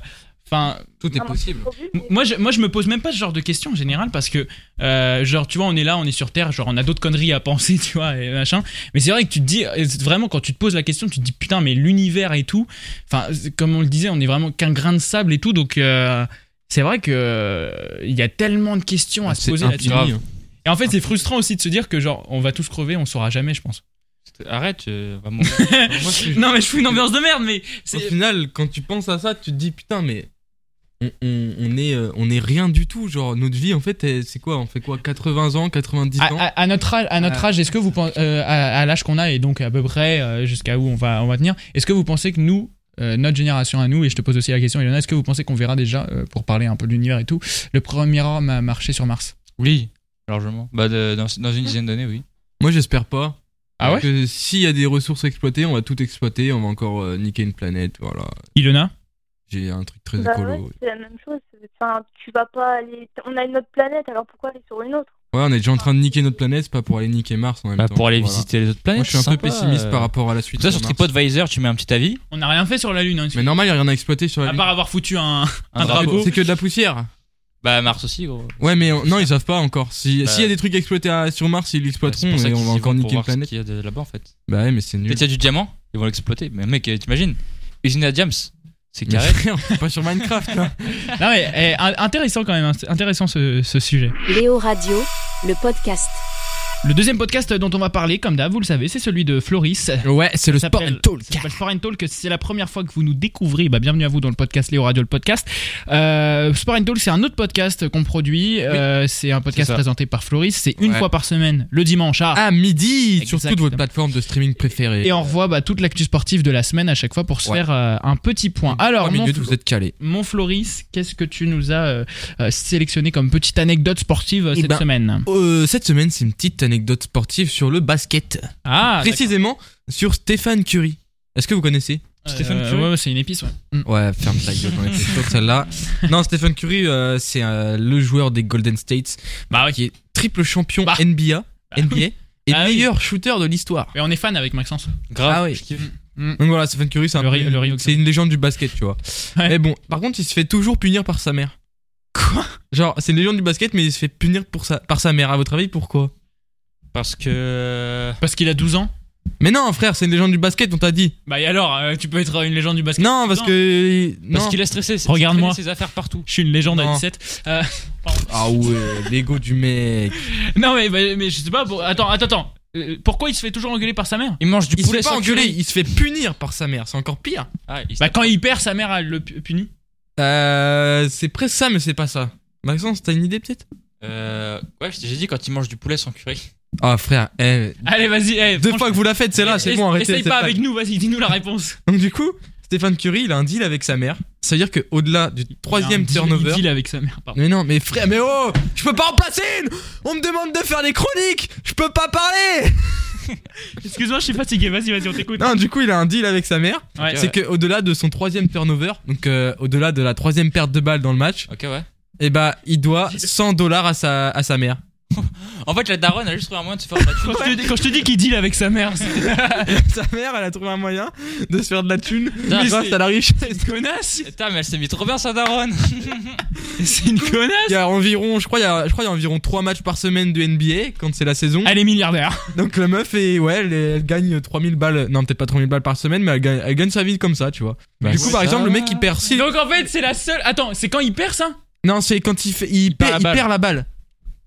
Speaker 2: enfin
Speaker 3: Tout est
Speaker 6: Ah,
Speaker 3: possible.
Speaker 6: Trop vu,
Speaker 2: M-
Speaker 6: mais-
Speaker 2: Moi je, moi, je me pose même pas ce genre de questions en général parce que, euh, genre, tu vois, on est là, on est sur Terre, genre, on a d'autres conneries à penser, tu vois, et machin. Mais c'est vrai que tu te dis, euh, vraiment, quand tu te poses la question, tu te dis, putain, mais l'univers et tout, enfin, c'est- comme on le disait, on est vraiment qu'un grain de sable et tout, donc euh, c'est vrai que euh, il y a tellement de questions à se
Speaker 3: C'est
Speaker 2: poser
Speaker 3: infini,
Speaker 2: là-dessus.
Speaker 3: hein.
Speaker 2: Et en fait, c'est frustrant aussi de se dire que, genre, on va tous crever, on saura jamais, je pense.
Speaker 4: Arrête, euh, vraiment.
Speaker 3: Moi, je-
Speaker 2: Non, mais je fous une ambiance de merde, mais
Speaker 3: Au
Speaker 2: c'est.
Speaker 3: final, quand tu penses à ça, tu te dis putain, mais on, on- on est, euh, on est rien du tout. Genre, notre vie, en fait, elle- c'est quoi On fait quoi 80 ans, 90
Speaker 2: À,
Speaker 3: ans
Speaker 2: à- à notre âge, à notre
Speaker 3: Euh,
Speaker 2: âge, est-ce que vous pensez, euh, à, à l'âge qu'on a et donc à peu près euh, jusqu'à où on va, on va tenir, est-ce que vous pensez que nous, euh, notre génération à nous, et je te pose aussi la question, Elena, est-ce que vous pensez qu'on verra déjà, euh, pour parler un peu de l'univers et tout, le premier homme à marcher sur Mars
Speaker 4: Oui, largement. Bah, de- dans, dans une dizaine d'années, oui.
Speaker 3: Moi, j'espère pas.
Speaker 2: Ah ouais
Speaker 3: Parce que s'il y a des ressources exploitées, on va tout exploiter, on va encore euh, niquer une planète. Voilà.
Speaker 2: Ilona
Speaker 3: J'ai un truc très
Speaker 6: Bah
Speaker 3: écolo.
Speaker 6: ouais, c'est la même chose. Enfin, tu vas pas aller. On a notre planète, alors pourquoi aller sur une autre
Speaker 3: Ouais, on est déjà en train de niquer notre planète, c'est pas pour aller niquer Mars en même
Speaker 4: Bah,
Speaker 3: temps.
Speaker 4: pour aller
Speaker 3: Voilà.
Speaker 4: visiter les autres planètes.
Speaker 3: Moi, je suis un peu
Speaker 4: sympa,
Speaker 3: pessimiste
Speaker 4: euh.
Speaker 3: par rapport à la suite.
Speaker 4: Toi, sur
Speaker 3: Mars.
Speaker 4: TripAdvisor, tu mets un petit avis.
Speaker 2: On n'a rien fait sur la Lune, hein,
Speaker 3: Mais normal, il y a rien à exploiter sur la
Speaker 2: à
Speaker 3: Lune.
Speaker 2: part avoir foutu un. Un drapeau.
Speaker 3: C'est que de la poussière.
Speaker 4: Bah, Mars aussi, gros.
Speaker 3: Ouais, mais on- non, ils savent pas encore. Si- S'il
Speaker 4: Bah.
Speaker 3: y a des trucs exploités à- sur Mars, ils
Speaker 4: Bah, c'est
Speaker 3: l'exploiteront
Speaker 4: pour ça
Speaker 3: et on
Speaker 4: qu'ils
Speaker 3: va
Speaker 4: y vont
Speaker 3: encore
Speaker 4: pour
Speaker 3: niquer une
Speaker 4: voir ce
Speaker 3: planète.
Speaker 4: qu'il y a de- là-bas, en fait.
Speaker 3: Bah ouais, mais c'est nul.
Speaker 4: Peut-être qu'il y a du diamant, ils vont l'exploiter. Mais mec, euh, t'imagines Usine à James, c'est
Speaker 3: Mais
Speaker 4: carré.
Speaker 3: frère, on est pas sur Minecraft là.
Speaker 2: Non, mais eh, un- intéressant quand même, hein, c'est intéressant ce, ce sujet.
Speaker 1: Léo Radio, le podcast.
Speaker 2: Le deuxième podcast dont on va parler, comme d'hab, vous le savez, c'est celui de Floris.
Speaker 3: Ouais, c'est le
Speaker 2: Ça
Speaker 3: Sport
Speaker 2: s'appelle-
Speaker 3: and Talk.
Speaker 2: ça s'appelle Sport and Talk. Si c'est la première fois que vous nous découvrez, bah, bienvenue à vous dans le podcast Léo Radio, le podcast. Euh, Sport and Talk, c'est un autre podcast qu'on produit. Euh, c'est un podcast
Speaker 4: ça.
Speaker 2: présenté par Floris. C'est une
Speaker 3: Ouais.
Speaker 2: fois par semaine, le dimanche. Ah.
Speaker 3: À midi sur
Speaker 2: Exactement.
Speaker 3: toutes vos plateformes de streaming préférées.
Speaker 2: Et on revoit bah, toute l'actu sportive de la semaine à chaque fois pour se
Speaker 3: Ouais.
Speaker 2: faire euh, un petit point. Alors,
Speaker 3: Trois
Speaker 2: mon,
Speaker 3: minutes,
Speaker 2: Flo-
Speaker 3: vous êtes calés.
Speaker 2: mon Floris, qu'est-ce que tu nous as euh, euh, sélectionné comme petite anecdote sportive euh,
Speaker 3: Eh
Speaker 2: cette
Speaker 3: ben,
Speaker 2: semaine
Speaker 3: Euh, cette semaine, c'est une petite anecdote sportive sur le basket.
Speaker 2: Ah,
Speaker 3: Précisément sur Stéphane Curie. Est-ce que vous connaissez
Speaker 2: d'accord.
Speaker 4: Stéphane
Speaker 2: Euh,
Speaker 4: Curie
Speaker 2: ouais, ouais, c'est une épice, ouais. Mm.
Speaker 3: Ouais, ferme ta gueule, on était sûr de celle-là. Non, Stephen Curry, euh, c'est euh, le joueur des Golden States
Speaker 2: Bah oui.
Speaker 3: qui est triple champion
Speaker 2: Bah.
Speaker 3: NBA, NBA et
Speaker 2: Ah oui.
Speaker 3: meilleur shooter de l'histoire.
Speaker 2: Et on est fan avec Maxence.
Speaker 4: Grave.
Speaker 3: Ah oui.
Speaker 4: je kiffe.
Speaker 3: Donc voilà, Stephen Curry, c'est un
Speaker 2: Le
Speaker 3: peu-
Speaker 2: ri- le ri-
Speaker 3: c'est une légende du basket, tu vois.
Speaker 2: Ouais.
Speaker 3: Mais bon, par contre, il se fait toujours punir par sa mère.
Speaker 2: Quoi
Speaker 3: Genre, c'est une légende du basket, mais il se fait punir pour sa, par sa mère. À votre avis, pourquoi
Speaker 4: Parce que.
Speaker 2: Parce qu'il a 12 ans.
Speaker 3: Mais non, frère, c'est une légende du basket, on t'a dit.
Speaker 2: Bah et alors, euh, tu peux être une légende du basket.
Speaker 3: Non, parce
Speaker 2: Non.
Speaker 3: que.
Speaker 4: Parce
Speaker 3: non.
Speaker 4: qu'il est stressé. c'est-
Speaker 2: Regarde-moi.
Speaker 4: il traîne ses affaires partout.
Speaker 2: Je suis une légende à
Speaker 3: Non.
Speaker 2: 17.
Speaker 3: Ah ouais, l'ego du mec.
Speaker 2: Non mais, mais, mais je sais pas. pour- Attends, attends, attends. Euh, Pourquoi il se fait toujours engueuler par sa mère
Speaker 4: Il mange du
Speaker 3: Il se
Speaker 4: poulet
Speaker 3: fait pas
Speaker 4: sans
Speaker 3: engueuler,
Speaker 4: curry.
Speaker 3: il se fait punir par sa mère, c'est encore pire.
Speaker 4: Ah, il se-
Speaker 2: Bah quand il perd, sa mère elle le pu- punit.
Speaker 3: Euh, c'est presque ça, mais c'est pas ça. Maxence, t'as une idée peut-être
Speaker 4: Euh, ouais, j'ai dit quand il mange du poulet sans curry.
Speaker 3: Ah frère, eh,
Speaker 2: Allez vas-y. eh,
Speaker 3: deux
Speaker 2: franchement,
Speaker 3: fois que vous la faites, c'est là, c'est
Speaker 2: ess-
Speaker 3: bon, arrêtez.
Speaker 2: Essaye
Speaker 3: cette
Speaker 2: pas
Speaker 3: blague.
Speaker 2: avec nous. Vas-y, dis-nous la réponse.
Speaker 3: Donc du coup, Stéphane Curie, il a un deal avec sa mère. Ça veut dire que au-delà du troisième
Speaker 2: Il deal-
Speaker 3: turnover.
Speaker 2: Il deal avec sa mère. Pardon.
Speaker 3: Mais non, mais frère, mais oh, je peux pas en placer une. On me demande de faire des chroniques, je peux pas parler.
Speaker 2: Excuse-moi, je suis fatigué. Vas-y, vas-y, on t'écoute.
Speaker 3: Non, du coup, il a un deal avec sa mère.
Speaker 2: Ouais.
Speaker 3: C'est que au-delà de son troisième turnover, donc euh, au-delà de la troisième perte de balle dans le match,
Speaker 4: Ok, ouais.
Speaker 3: eh bah, il doit 100 dollars à sa à sa mère.
Speaker 4: En fait, la daronne a juste trouvé un moyen de se faire battre.
Speaker 2: Quand je, te, dis- quand je te dis qu'il deal avec sa mère, c'est
Speaker 3: sa mère, elle a trouvé un moyen de se faire de la thune
Speaker 2: Mais
Speaker 3: grâce
Speaker 2: c'est-
Speaker 3: à la richesse.
Speaker 2: une connasse.
Speaker 4: Putain, mais elle s'est mis trop bien sa daronne.
Speaker 2: C'est une connasse.
Speaker 3: Il y a environ, je crois, il y a, je crois, il y a environ 3 matchs par semaine de NBA quand c'est la saison.
Speaker 2: Elle est milliardaire.
Speaker 3: Donc la meuf, est, ouais, elle, elle gagne 3000 balles, non, peut-être pas 3000 balles par semaine, mais elle gagne, elle gagne sa vie comme ça, tu vois.
Speaker 4: Bah,
Speaker 3: du coup,
Speaker 4: ouais,
Speaker 3: par
Speaker 4: ça
Speaker 3: exemple, le
Speaker 4: va.
Speaker 3: mec, il perd 6.
Speaker 2: Donc en fait, c'est la seule. Attends, c'est quand il perd ça
Speaker 3: Non, c'est quand il, fait, il, perd,
Speaker 4: perd la
Speaker 3: il
Speaker 4: balle.
Speaker 3: perd la balle.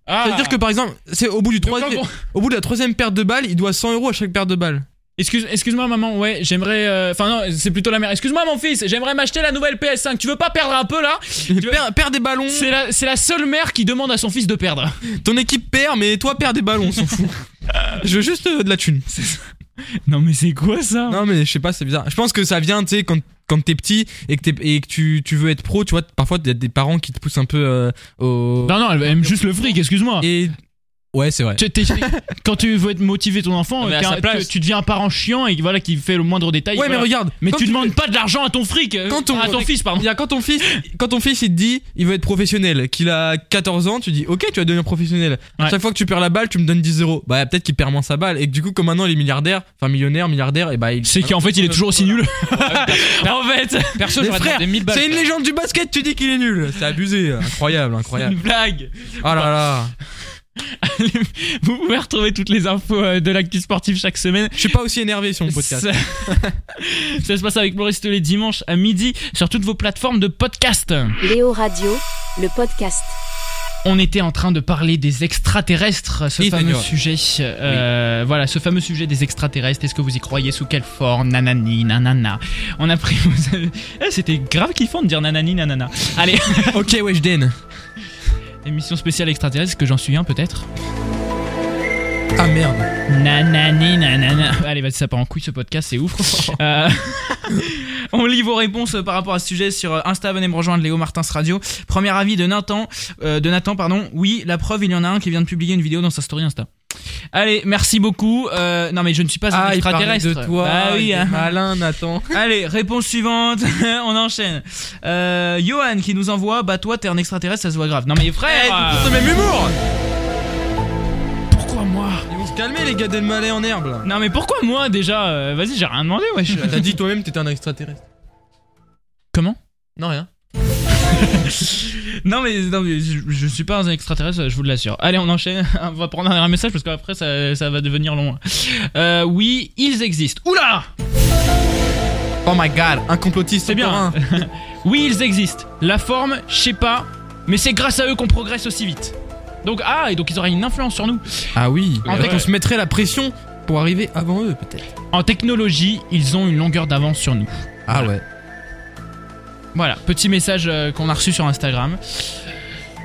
Speaker 2: Ah.
Speaker 3: C'est-à-dire que par exemple, c'est au bout du
Speaker 2: Donc, en
Speaker 3: troisième,
Speaker 2: gros-
Speaker 3: au bout de la troisième perte de balle, il doit 100 euros à chaque perte de balle.
Speaker 2: Excuse, excuse-moi maman, ouais, j'aimerais... euh, Enfin non, c'est plutôt la mère. Excuse-moi mon fils, j'aimerais m'acheter la nouvelle PS5. Tu veux pas perdre un peu là
Speaker 3: Il perd, perd des ballons.
Speaker 2: c'est la, c'est la seule mère qui demande à son fils de perdre.
Speaker 3: Ton équipe perd, mais toi perds des ballons, on s'en fout. Je veux juste euh, de la thune.
Speaker 2: Non mais c'est quoi ça
Speaker 3: Non mais je sais pas, c'est bizarre. Je pense que ça vient, tu sais, quand, quand t'es petit et que, t'es- et que tu, tu veux être pro, tu vois, parfois il y a des parents qui te poussent un peu euh, au...
Speaker 2: Non, non, elle aime juste le fric, excuse-moi.
Speaker 3: Et... Ouais, c'est vrai.
Speaker 2: Tu- t'es- Quand tu veux être motivé ton enfant,
Speaker 4: Non, mais à
Speaker 2: t'es
Speaker 4: sa
Speaker 2: un-
Speaker 4: place.
Speaker 2: tu, tu deviens un parent chiant et voilà qui fait le moindre détail.
Speaker 3: Ouais, mais
Speaker 2: voilà.
Speaker 3: regarde.
Speaker 2: Mais
Speaker 3: quand
Speaker 2: tu demandes pas de l'argent à ton fric, euh,
Speaker 3: Quand on-
Speaker 2: à ton fils pardon.
Speaker 3: Il y a quand ton fils, quand ton fils il te dit, il veut être professionnel, qu'il a 14 ans, tu dis, ok, tu vas devenir professionnel.
Speaker 2: Ouais.
Speaker 3: À chaque fois que tu perds la balle, tu me donnes 10 euros. Bah peut-être qu'il perd moins sa balle et que du coup, comme maintenant il est milliardaire, enfin millionnaire, milliardaire, et bah il.
Speaker 2: C'est qu'en fait il est toujours aussi nul. en fait,
Speaker 4: Perso,
Speaker 3: Mais
Speaker 4: j'aurais
Speaker 3: frère,
Speaker 4: demandé 1000 balles.
Speaker 3: C'est une
Speaker 4: frère.
Speaker 3: légende du basket, tu dis qu'il est nul. C'est abusé, incroyable,
Speaker 2: c'est
Speaker 3: incroyable.
Speaker 2: une blague.
Speaker 3: Ah là là.
Speaker 2: Vous pouvez retrouver toutes les infos euh, de l'actu sportive chaque semaine
Speaker 3: Je suis pas aussi énervé sur mon podcast.
Speaker 2: Ça, ça se passe avec Maurice tous les dimanches à midi sur toutes vos plateformes de podcast.
Speaker 1: Léo Radio, le podcast.
Speaker 2: On était en train de parler des extraterrestres, ce
Speaker 3: Oui,
Speaker 2: fameux
Speaker 3: Seigneur.
Speaker 2: sujet. euh, Voilà, ce fameux sujet des extraterrestres. Est-ce que vous y croyez Sous quelle forme Nanani, nanana. On a pris. vous savez- Eh, C'était grave kiffant de dire nanani, nanana. Allez,
Speaker 3: Ok, Weshden.
Speaker 2: émission spéciale extraterrestre, est-ce que j'en suis un peut-être
Speaker 3: Ah merde.
Speaker 2: Nanani nanana. Allez, vas-y, ça part en couille ce podcast, c'est ouf. Euh, on lit vos réponses euh, par rapport à ce sujet sur Insta. Venez me rejoindre, Léo Martins Radio. Premier avis de Nathan. euh, de Nathan, pardon. Oui, la preuve, il y en a un qui vient de publier une vidéo dans sa story Insta. Allez, merci beaucoup. Euh, non, mais je ne suis pas un
Speaker 3: Ah, il parlait
Speaker 2: extraterrestre.
Speaker 3: de toi.
Speaker 2: Bah oui,
Speaker 3: il est
Speaker 2: hein.
Speaker 3: Malin, Nathan.
Speaker 2: Allez, réponse suivante. on enchaîne. Euh, Johan qui nous envoie Bah, toi, t'es un extraterrestre, ça se voit grave. Non, mais frère
Speaker 3: C'est le Eh, même humour.
Speaker 2: Pourquoi moi
Speaker 3: Ils vont se calmer, les gars d'El Malais en herbe. là.
Speaker 2: Non, mais pourquoi moi déjà Euh, Vas-y, j'ai rien demandé, wesh.
Speaker 3: T'as dit toi-même que t'étais un extraterrestre.
Speaker 2: Comment
Speaker 3: Non, rien.
Speaker 2: Non mais, non, mais je, je suis pas un extraterrestre, je vous l'assure. Allez, on enchaîne. On va prendre un dernier message parce qu'après ça, ça va devenir long. Euh, oui, ils existent. Oula
Speaker 3: Oh my god, un complotiste.
Speaker 2: C'est bien. hein.
Speaker 3: encore un.
Speaker 2: Oui, ils existent. La forme, je sais pas, mais c'est grâce à eux qu'on progresse aussi vite. Donc, ah, et donc ils auraient une influence sur nous.
Speaker 3: Ah oui.
Speaker 2: En fait,
Speaker 3: on se mettrait la pression pour arriver avant eux, peut-être.
Speaker 2: En technologie, ils ont une longueur d'avance sur nous.
Speaker 3: Ah ouais.
Speaker 2: Voilà, petit message euh, qu'on a reçu sur Instagram.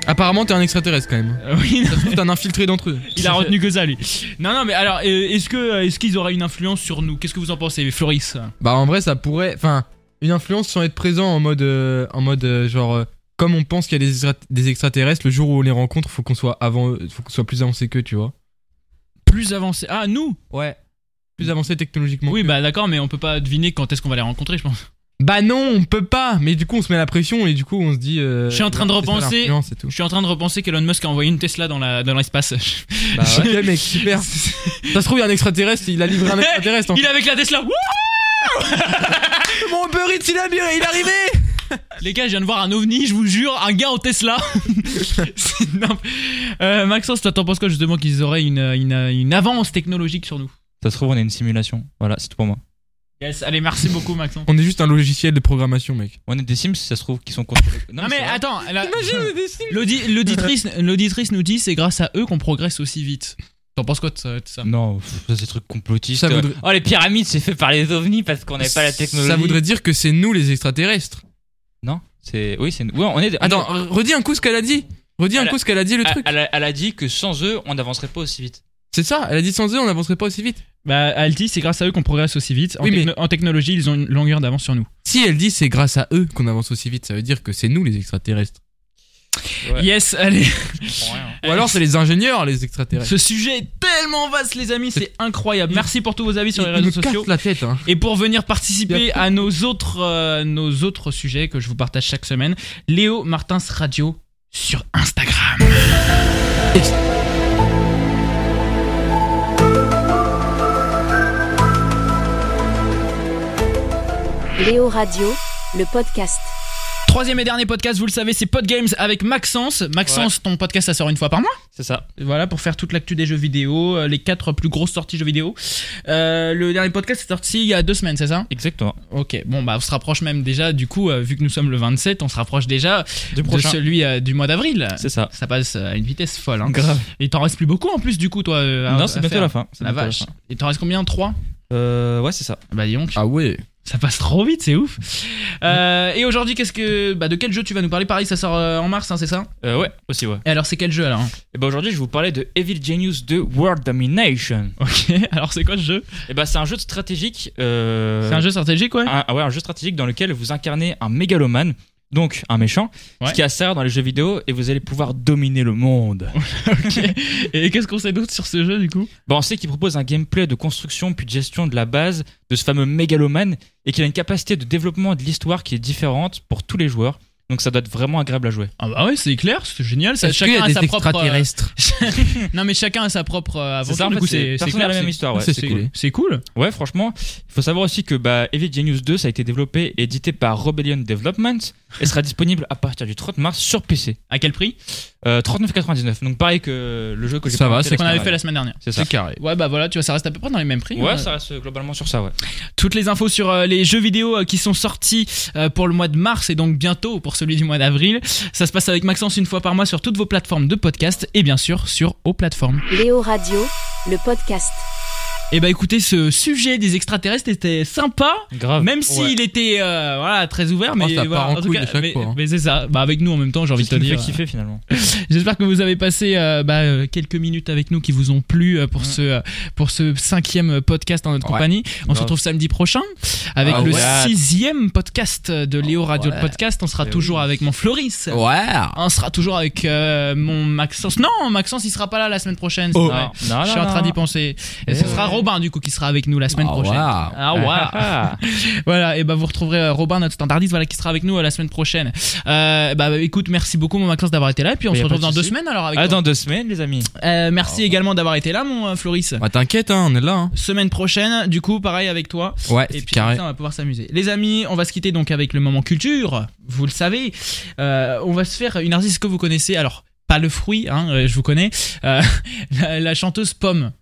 Speaker 3: Apparemment, t'es un extraterrestre quand même.
Speaker 2: Euh, oui, non,
Speaker 3: Ça se trouve, T'es un infiltré d'entre eux.
Speaker 2: il a retenu que ça, lui. Non, non, mais alors, euh, est-ce que, est-ce qu'ils auraient une influence sur nous Qu'est-ce que vous en pensez, Floris
Speaker 3: Bah en vrai ça pourrait, enfin une influence sans être présent en mode, euh, en mode euh, genre euh, comme on pense qu'il y a des, extra- des extraterrestres, le jour où on les rencontre, faut qu'on soit avant, eux, faut qu'on soit plus avancé qu'eux, tu vois.
Speaker 2: Plus avancé. Ah, nous
Speaker 3: Ouais. Plus avancé technologiquement.
Speaker 2: Oui, bah d'accord, mais on peut pas deviner quand est-ce qu'on va les rencontrer, je pense.
Speaker 3: Bah non, on peut pas. Mais du coup on se met la pression et du coup on se dit. euh,
Speaker 2: Je suis en train de
Speaker 3: c'est ça,
Speaker 2: repenser.
Speaker 3: l'influence et tout.
Speaker 2: Je suis en train de repenser qu'Elon Musk a envoyé une Tesla dans la dans l'espace.
Speaker 3: Bah ouais. Ok, mec, super. ça se trouve il y a un extraterrestre, il a livré un extraterrestre. en
Speaker 2: Il est avec la Tesla. Wouh
Speaker 3: fait. Mon Uber Eats, il est arrivé, il est arrivé.
Speaker 2: Les gars, je viens de voir un ovni, je vous jure, un gars en Tesla. C'est n'imp- Euh, Maxence, toi, t'en penses quoi justement qu'ils auraient une, une, une avance technologique sur nous
Speaker 4: Ça se trouve, on est une simulation. Voilà, c'est tout pour moi.
Speaker 2: Yes, allez, merci beaucoup Maxence.
Speaker 3: On est juste un logiciel de programmation, mec.
Speaker 4: On est des Sims, ça se trouve, qui sont contrôlés.
Speaker 2: Non mais
Speaker 4: c'est vrai.
Speaker 2: attends, la- l'audi- l'auditrice l'auditrice nous dit c'est grâce à eux qu'on progresse aussi vite. T'en penses quoi de ça, de ça
Speaker 4: Non, pff, ça c'est des trucs complotistes.
Speaker 3: Ça voudrait-
Speaker 4: Oh, les pyramides, c'est fait par les ovnis parce qu'on n'avait pas la technologie.
Speaker 3: Ça voudrait dire que c'est nous les extraterrestres.
Speaker 4: Non, c'est. Oui, c'est. Oui, on est.
Speaker 3: Attends, redis un coup ce qu'elle a dit. Redis un
Speaker 4: Elle a-
Speaker 3: coup ce qu'elle a dit le
Speaker 2: Ah,
Speaker 4: Elle,
Speaker 3: truc.
Speaker 4: elle a, elle a dit que sans eux, on n'avancerait pas aussi vite.
Speaker 3: C'est ça, elle a dit sans eux, on n'avancerait pas aussi vite.
Speaker 2: Bah elle dit c'est grâce à eux qu'on progresse aussi vite. En,
Speaker 3: Oui, mais-
Speaker 2: techno- en technologie ils ont une longueur d'avance sur nous.
Speaker 3: Si elle dit c'est grâce à eux qu'on avance aussi vite, ça veut dire que c'est nous les extraterrestres.
Speaker 4: Ouais.
Speaker 2: Yes, allez.
Speaker 4: Je comprends rien. hein.
Speaker 3: Ou alors c'est les ingénieurs les extraterrestres.
Speaker 2: Ce sujet est tellement vaste les amis, c'est incroyable. Merci pour tous vos avis sur les
Speaker 3: Ils
Speaker 2: réseaux
Speaker 3: nous cassent
Speaker 2: sociaux.
Speaker 3: la tête. Hein.
Speaker 2: Et pour venir participer à nos autres, euh, nos autres sujets que je vous partage chaque semaine, Léo Martins Radio sur Instagram.
Speaker 1: Léo Radio, le podcast.
Speaker 2: Troisième et dernier podcast, vous le savez, c'est Pod Games avec Maxence. Maxence, ton podcast, ça sort une fois par mois.
Speaker 4: C'est ça.
Speaker 2: Voilà, pour faire toute l'actu des jeux vidéo, euh, les quatre plus grosses sorties jeux vidéo. Euh, le dernier podcast est sorti il y a deux semaines, c'est ça
Speaker 4: Exactement.
Speaker 2: Ok, bon, bah on se rapproche même déjà, du coup, euh, vu que nous sommes le 27, on se rapproche déjà
Speaker 4: Du
Speaker 2: de
Speaker 4: prochain.
Speaker 2: celui euh, du mois d'avril.
Speaker 4: C'est ça.
Speaker 2: Ça passe euh, à une vitesse folle. Hein.
Speaker 4: Grave.
Speaker 2: Et t'en reste plus beaucoup en plus, du coup, toi. euh, à-
Speaker 4: non,
Speaker 2: à
Speaker 4: c'est bientôt
Speaker 2: faire.
Speaker 4: la fin. C'est
Speaker 2: La
Speaker 4: bientôt
Speaker 2: vache.
Speaker 4: fin.
Speaker 2: Et t'en reste combien 3
Speaker 4: Euh, ouais, c'est ça.
Speaker 2: Bah dis donc,
Speaker 3: Ah ouais.
Speaker 2: ça passe trop vite, c'est ouf. Euh, et aujourd'hui, qu'est-ce que, bah, de quel jeu tu vas nous parler Pareil, ça sort euh, en mars, hein, c'est ça
Speaker 4: Euh, ouais, aussi, ouais.
Speaker 2: Et alors, c'est quel jeu alors
Speaker 4: Et ben aujourd'hui, je vais vous parler de Evil Genius 2 World Domination.
Speaker 2: Ok, alors c'est quoi ce jeu
Speaker 4: Et ben c'est un jeu de stratégique. euh,
Speaker 2: C'est un jeu stratégique, ouais.
Speaker 4: un, ah ouais, un jeu stratégique dans lequel vous incarnez un mégalomane, donc un méchant,
Speaker 2: Ouais.
Speaker 4: ce qui a ça dans les jeux vidéo, et vous allez pouvoir dominer le monde.
Speaker 2: Et qu'est-ce qu'on sait d'autre sur ce jeu du coup
Speaker 4: Bon, on sait qu'il propose un gameplay de construction puis de gestion de la base de ce fameux mégalomane, et qu'il a une capacité de développement de l'histoire qui est différente pour tous les joueurs. Donc ça doit être vraiment agréable à jouer.
Speaker 2: Ah bah ouais, c'est clair, c'est génial. Ça,
Speaker 3: Est-ce qu'il y
Speaker 2: chacun
Speaker 3: a
Speaker 2: a sa
Speaker 3: des
Speaker 2: propre. euh,
Speaker 3: extraterrestres
Speaker 2: non mais chacun a sa propre euh, aventure.
Speaker 4: C'est ça, en
Speaker 2: du
Speaker 4: fait,
Speaker 2: coup,
Speaker 4: c'est-
Speaker 2: c'est c'est
Speaker 4: personne n'a
Speaker 2: clair.
Speaker 4: la même
Speaker 2: c'est-
Speaker 4: histoire, ouais,
Speaker 2: c'est
Speaker 3: c'est
Speaker 2: cool.
Speaker 3: cool.
Speaker 2: C'est cool.
Speaker 4: Ouais, franchement, il faut savoir aussi que bah, Evil Genius 2, ça a été développé et édité par Rebellion Development et sera disponible à partir du 30 mars sur PC.
Speaker 2: À quel prix
Speaker 4: Euh, 39,99. Donc pareil que le jeu que j'ai
Speaker 3: Ça va,
Speaker 4: présenté
Speaker 3: c'est
Speaker 2: Qu'on
Speaker 4: la
Speaker 2: avait
Speaker 4: semaine
Speaker 2: fait la semaine dernière.
Speaker 4: dernière. C'est ça.
Speaker 3: C'est carré.
Speaker 2: Ouais bah voilà, tu vois, ça reste à peu près dans les mêmes prix. hein.
Speaker 4: Ouais, ça reste euh, globalement sur ça, ouais.
Speaker 2: Toutes les infos sur euh, les jeux vidéo euh, qui sont sortis euh, pour le mois de mars et donc bientôt pour celui du mois d'avril. Ça se passe avec Maxence une fois par mois sur toutes vos plateformes de podcast et bien sûr sur aux plateformes.
Speaker 1: Léo Radio, le podcast.
Speaker 2: Et bah écoutez, ce sujet des extraterrestres était sympa.
Speaker 4: Grave.
Speaker 2: Même s'il était euh, voilà, très ouvert, mais
Speaker 3: Ah, ça part
Speaker 2: voilà,
Speaker 3: en
Speaker 2: tout
Speaker 3: couille
Speaker 2: cas,
Speaker 3: à chaque
Speaker 2: mais,
Speaker 3: fois, hein.
Speaker 2: mais c'est ça. Bah avec nous en même temps, j'ai envie de te dire.
Speaker 4: kiffer finalement.
Speaker 2: J'espère que vous avez passé euh, bah, euh, quelques minutes avec nous qui vous ont plu euh, pour, ce, euh, pour ce cinquième euh, podcast en notre
Speaker 3: Ouais.
Speaker 2: compagnie. On se
Speaker 4: Grave.
Speaker 2: retrouve samedi prochain avec
Speaker 3: Ah
Speaker 2: le
Speaker 3: ouais. Oh,
Speaker 2: sixième podcast de Léo Radio le
Speaker 3: ouais.
Speaker 2: Podcast. On sera
Speaker 4: Eh
Speaker 2: toujours
Speaker 4: oui.
Speaker 2: avec mon Floris.
Speaker 3: Ouais.
Speaker 2: On sera toujours avec euh, mon Maxence. Non, Maxence, il sera pas là la semaine prochaine. c'est
Speaker 3: Oh.
Speaker 2: vrai.
Speaker 4: non,
Speaker 2: Je suis en train d'y penser. Et ce
Speaker 4: Eh
Speaker 2: sera
Speaker 4: ouais.
Speaker 2: Robin du coup qui sera avec nous la semaine
Speaker 3: Ah
Speaker 2: prochaine.
Speaker 3: ouais.
Speaker 2: Ah ouais. Voilà, et bah vous retrouverez euh, Robin, notre standardiste, voilà, qui sera avec nous euh, la semaine prochaine. Euh, bah, bah, écoute, merci beaucoup, mon Maxence, d'avoir été là. Et puis on
Speaker 4: Mais
Speaker 2: se
Speaker 4: y a
Speaker 2: retrouve
Speaker 4: pas
Speaker 2: dans
Speaker 4: de
Speaker 2: deux
Speaker 4: souci.
Speaker 2: semaines alors avec
Speaker 4: Ah,
Speaker 2: toi.
Speaker 4: dans deux semaines, les amis.
Speaker 2: Euh, merci également d'avoir été là, mon euh, Floris.
Speaker 3: Bah t'inquiète hein, on est là. Hein.
Speaker 2: Semaine prochaine, du coup, pareil avec toi.
Speaker 3: Ouais.
Speaker 2: Et
Speaker 3: c'est
Speaker 2: puis
Speaker 3: carré.
Speaker 2: comme ça, on va pouvoir s'amuser. Les amis, on va se quitter donc avec le moment culture. Vous le savez, Euh, on va se faire une artiste que vous connaissez. Alors pas le fruit, hein, euh, je vous connais. Euh, la, la chanteuse Pomme.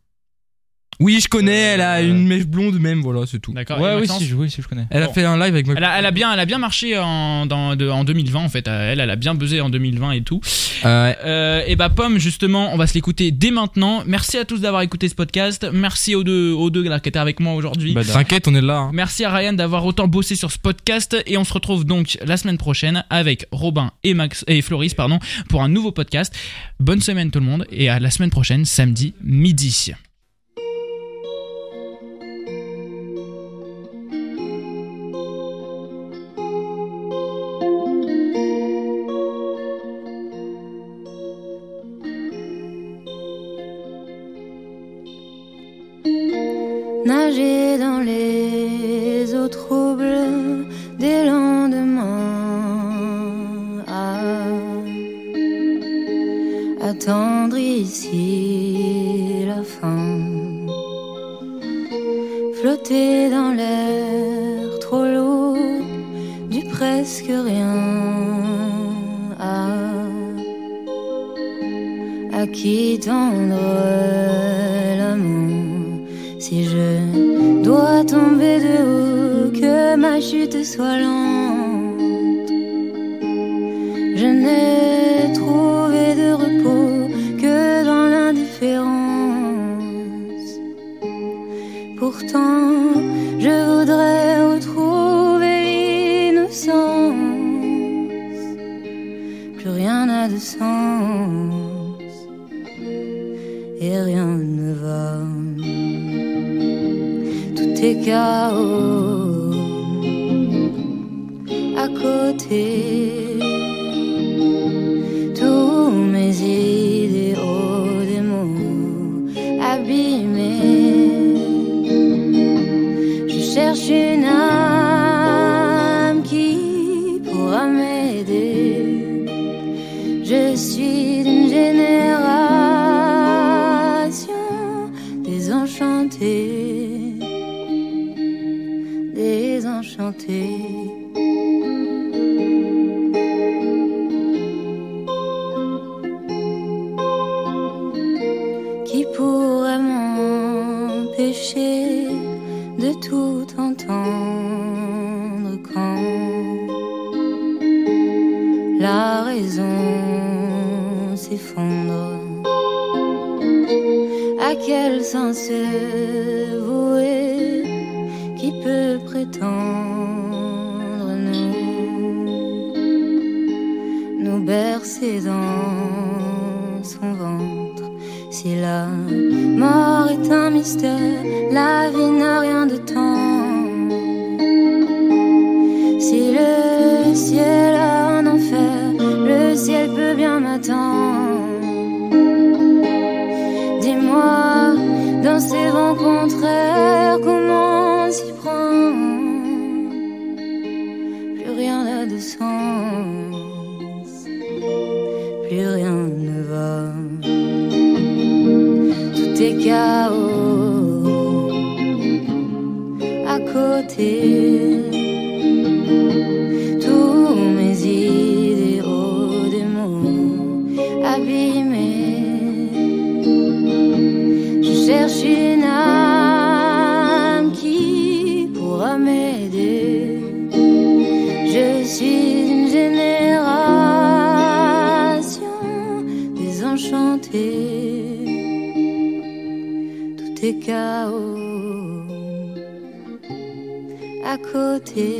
Speaker 3: Oui, je connais, elle a une mèche blonde même, voilà, c'est tout.
Speaker 2: Euh, D'accord. et
Speaker 4: Ouais, oui,
Speaker 2: Maxence
Speaker 4: si je, oui, si je connais.
Speaker 3: Elle a
Speaker 2: Bon.
Speaker 3: fait un live avec ma
Speaker 2: Elle a, elle a bien, elle a bien marché en, dans- de- en 2020 en fait. Euh, Elle, elle a bien buzzé en 2020 et tout.
Speaker 3: Euh,
Speaker 2: et bah Pomme justement, on va se l'écouter dès maintenant. Merci à tous d'avoir écouté ce podcast. Merci aux deux, aux deux là, qui étaient avec moi aujourd'hui.
Speaker 4: Bah,
Speaker 3: T'inquiète, on est là. hein.
Speaker 2: Merci à Ryan d'avoir autant bossé sur ce podcast et on se retrouve donc la semaine prochaine avec Robin et Max et Floris pardon pour un nouveau podcast. Bonne semaine tout le monde et à la semaine prochaine samedi midi.
Speaker 7: Nager dans les eaux troubles des lendemains. Ah, attendre ici la fin. Flotter dans l'air trop lourd du presque rien. Ah, à qui tendre l'amour si je dois tomber de haut que ma chute soit lente je n'ai trouvé de repos que dans l'indifférence pourtant je voudrais retrouver l'innocence plus rien n'a de sens et rien ne va. Tout est chaos à côté. Tous mes idéaux, des mots abîmés. Je cherche une âme qui pourra m'aider. Je suis d'une génération désenchantée, désenchantée. Qui pourrait m'empêcher de tout entendre quand la raison s'effondre. À quel sens se vouer Qui peut prétendre nous, nous bercer dans son ventre Si la mort est un mystère, la vie n'a rien de temps. Si le ciel a un enfer, le ciel peut bien m'attendre. Dis-moi, dans ces vents contraires, comment s'y prendre Plus rien n'a de sens, plus rien ne va. Tout est chaos à côté. Tous mes idéaux des mots abîmés. Je cherche une âme qui pourra m'aider. Je suis une génération désenchantée. Tout est chaos à côté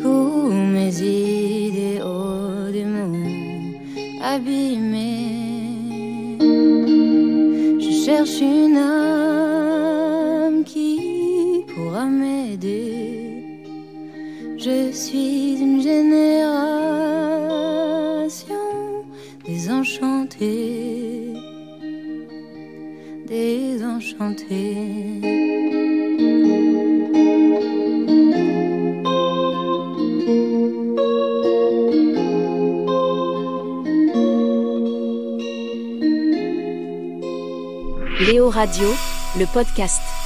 Speaker 7: tous mes idéaux des mots abîmés. Je cherche une âme qui pourra m'aider. Je suis une génération désenchantée, désenchantée.
Speaker 1: Léo Radio, le podcast.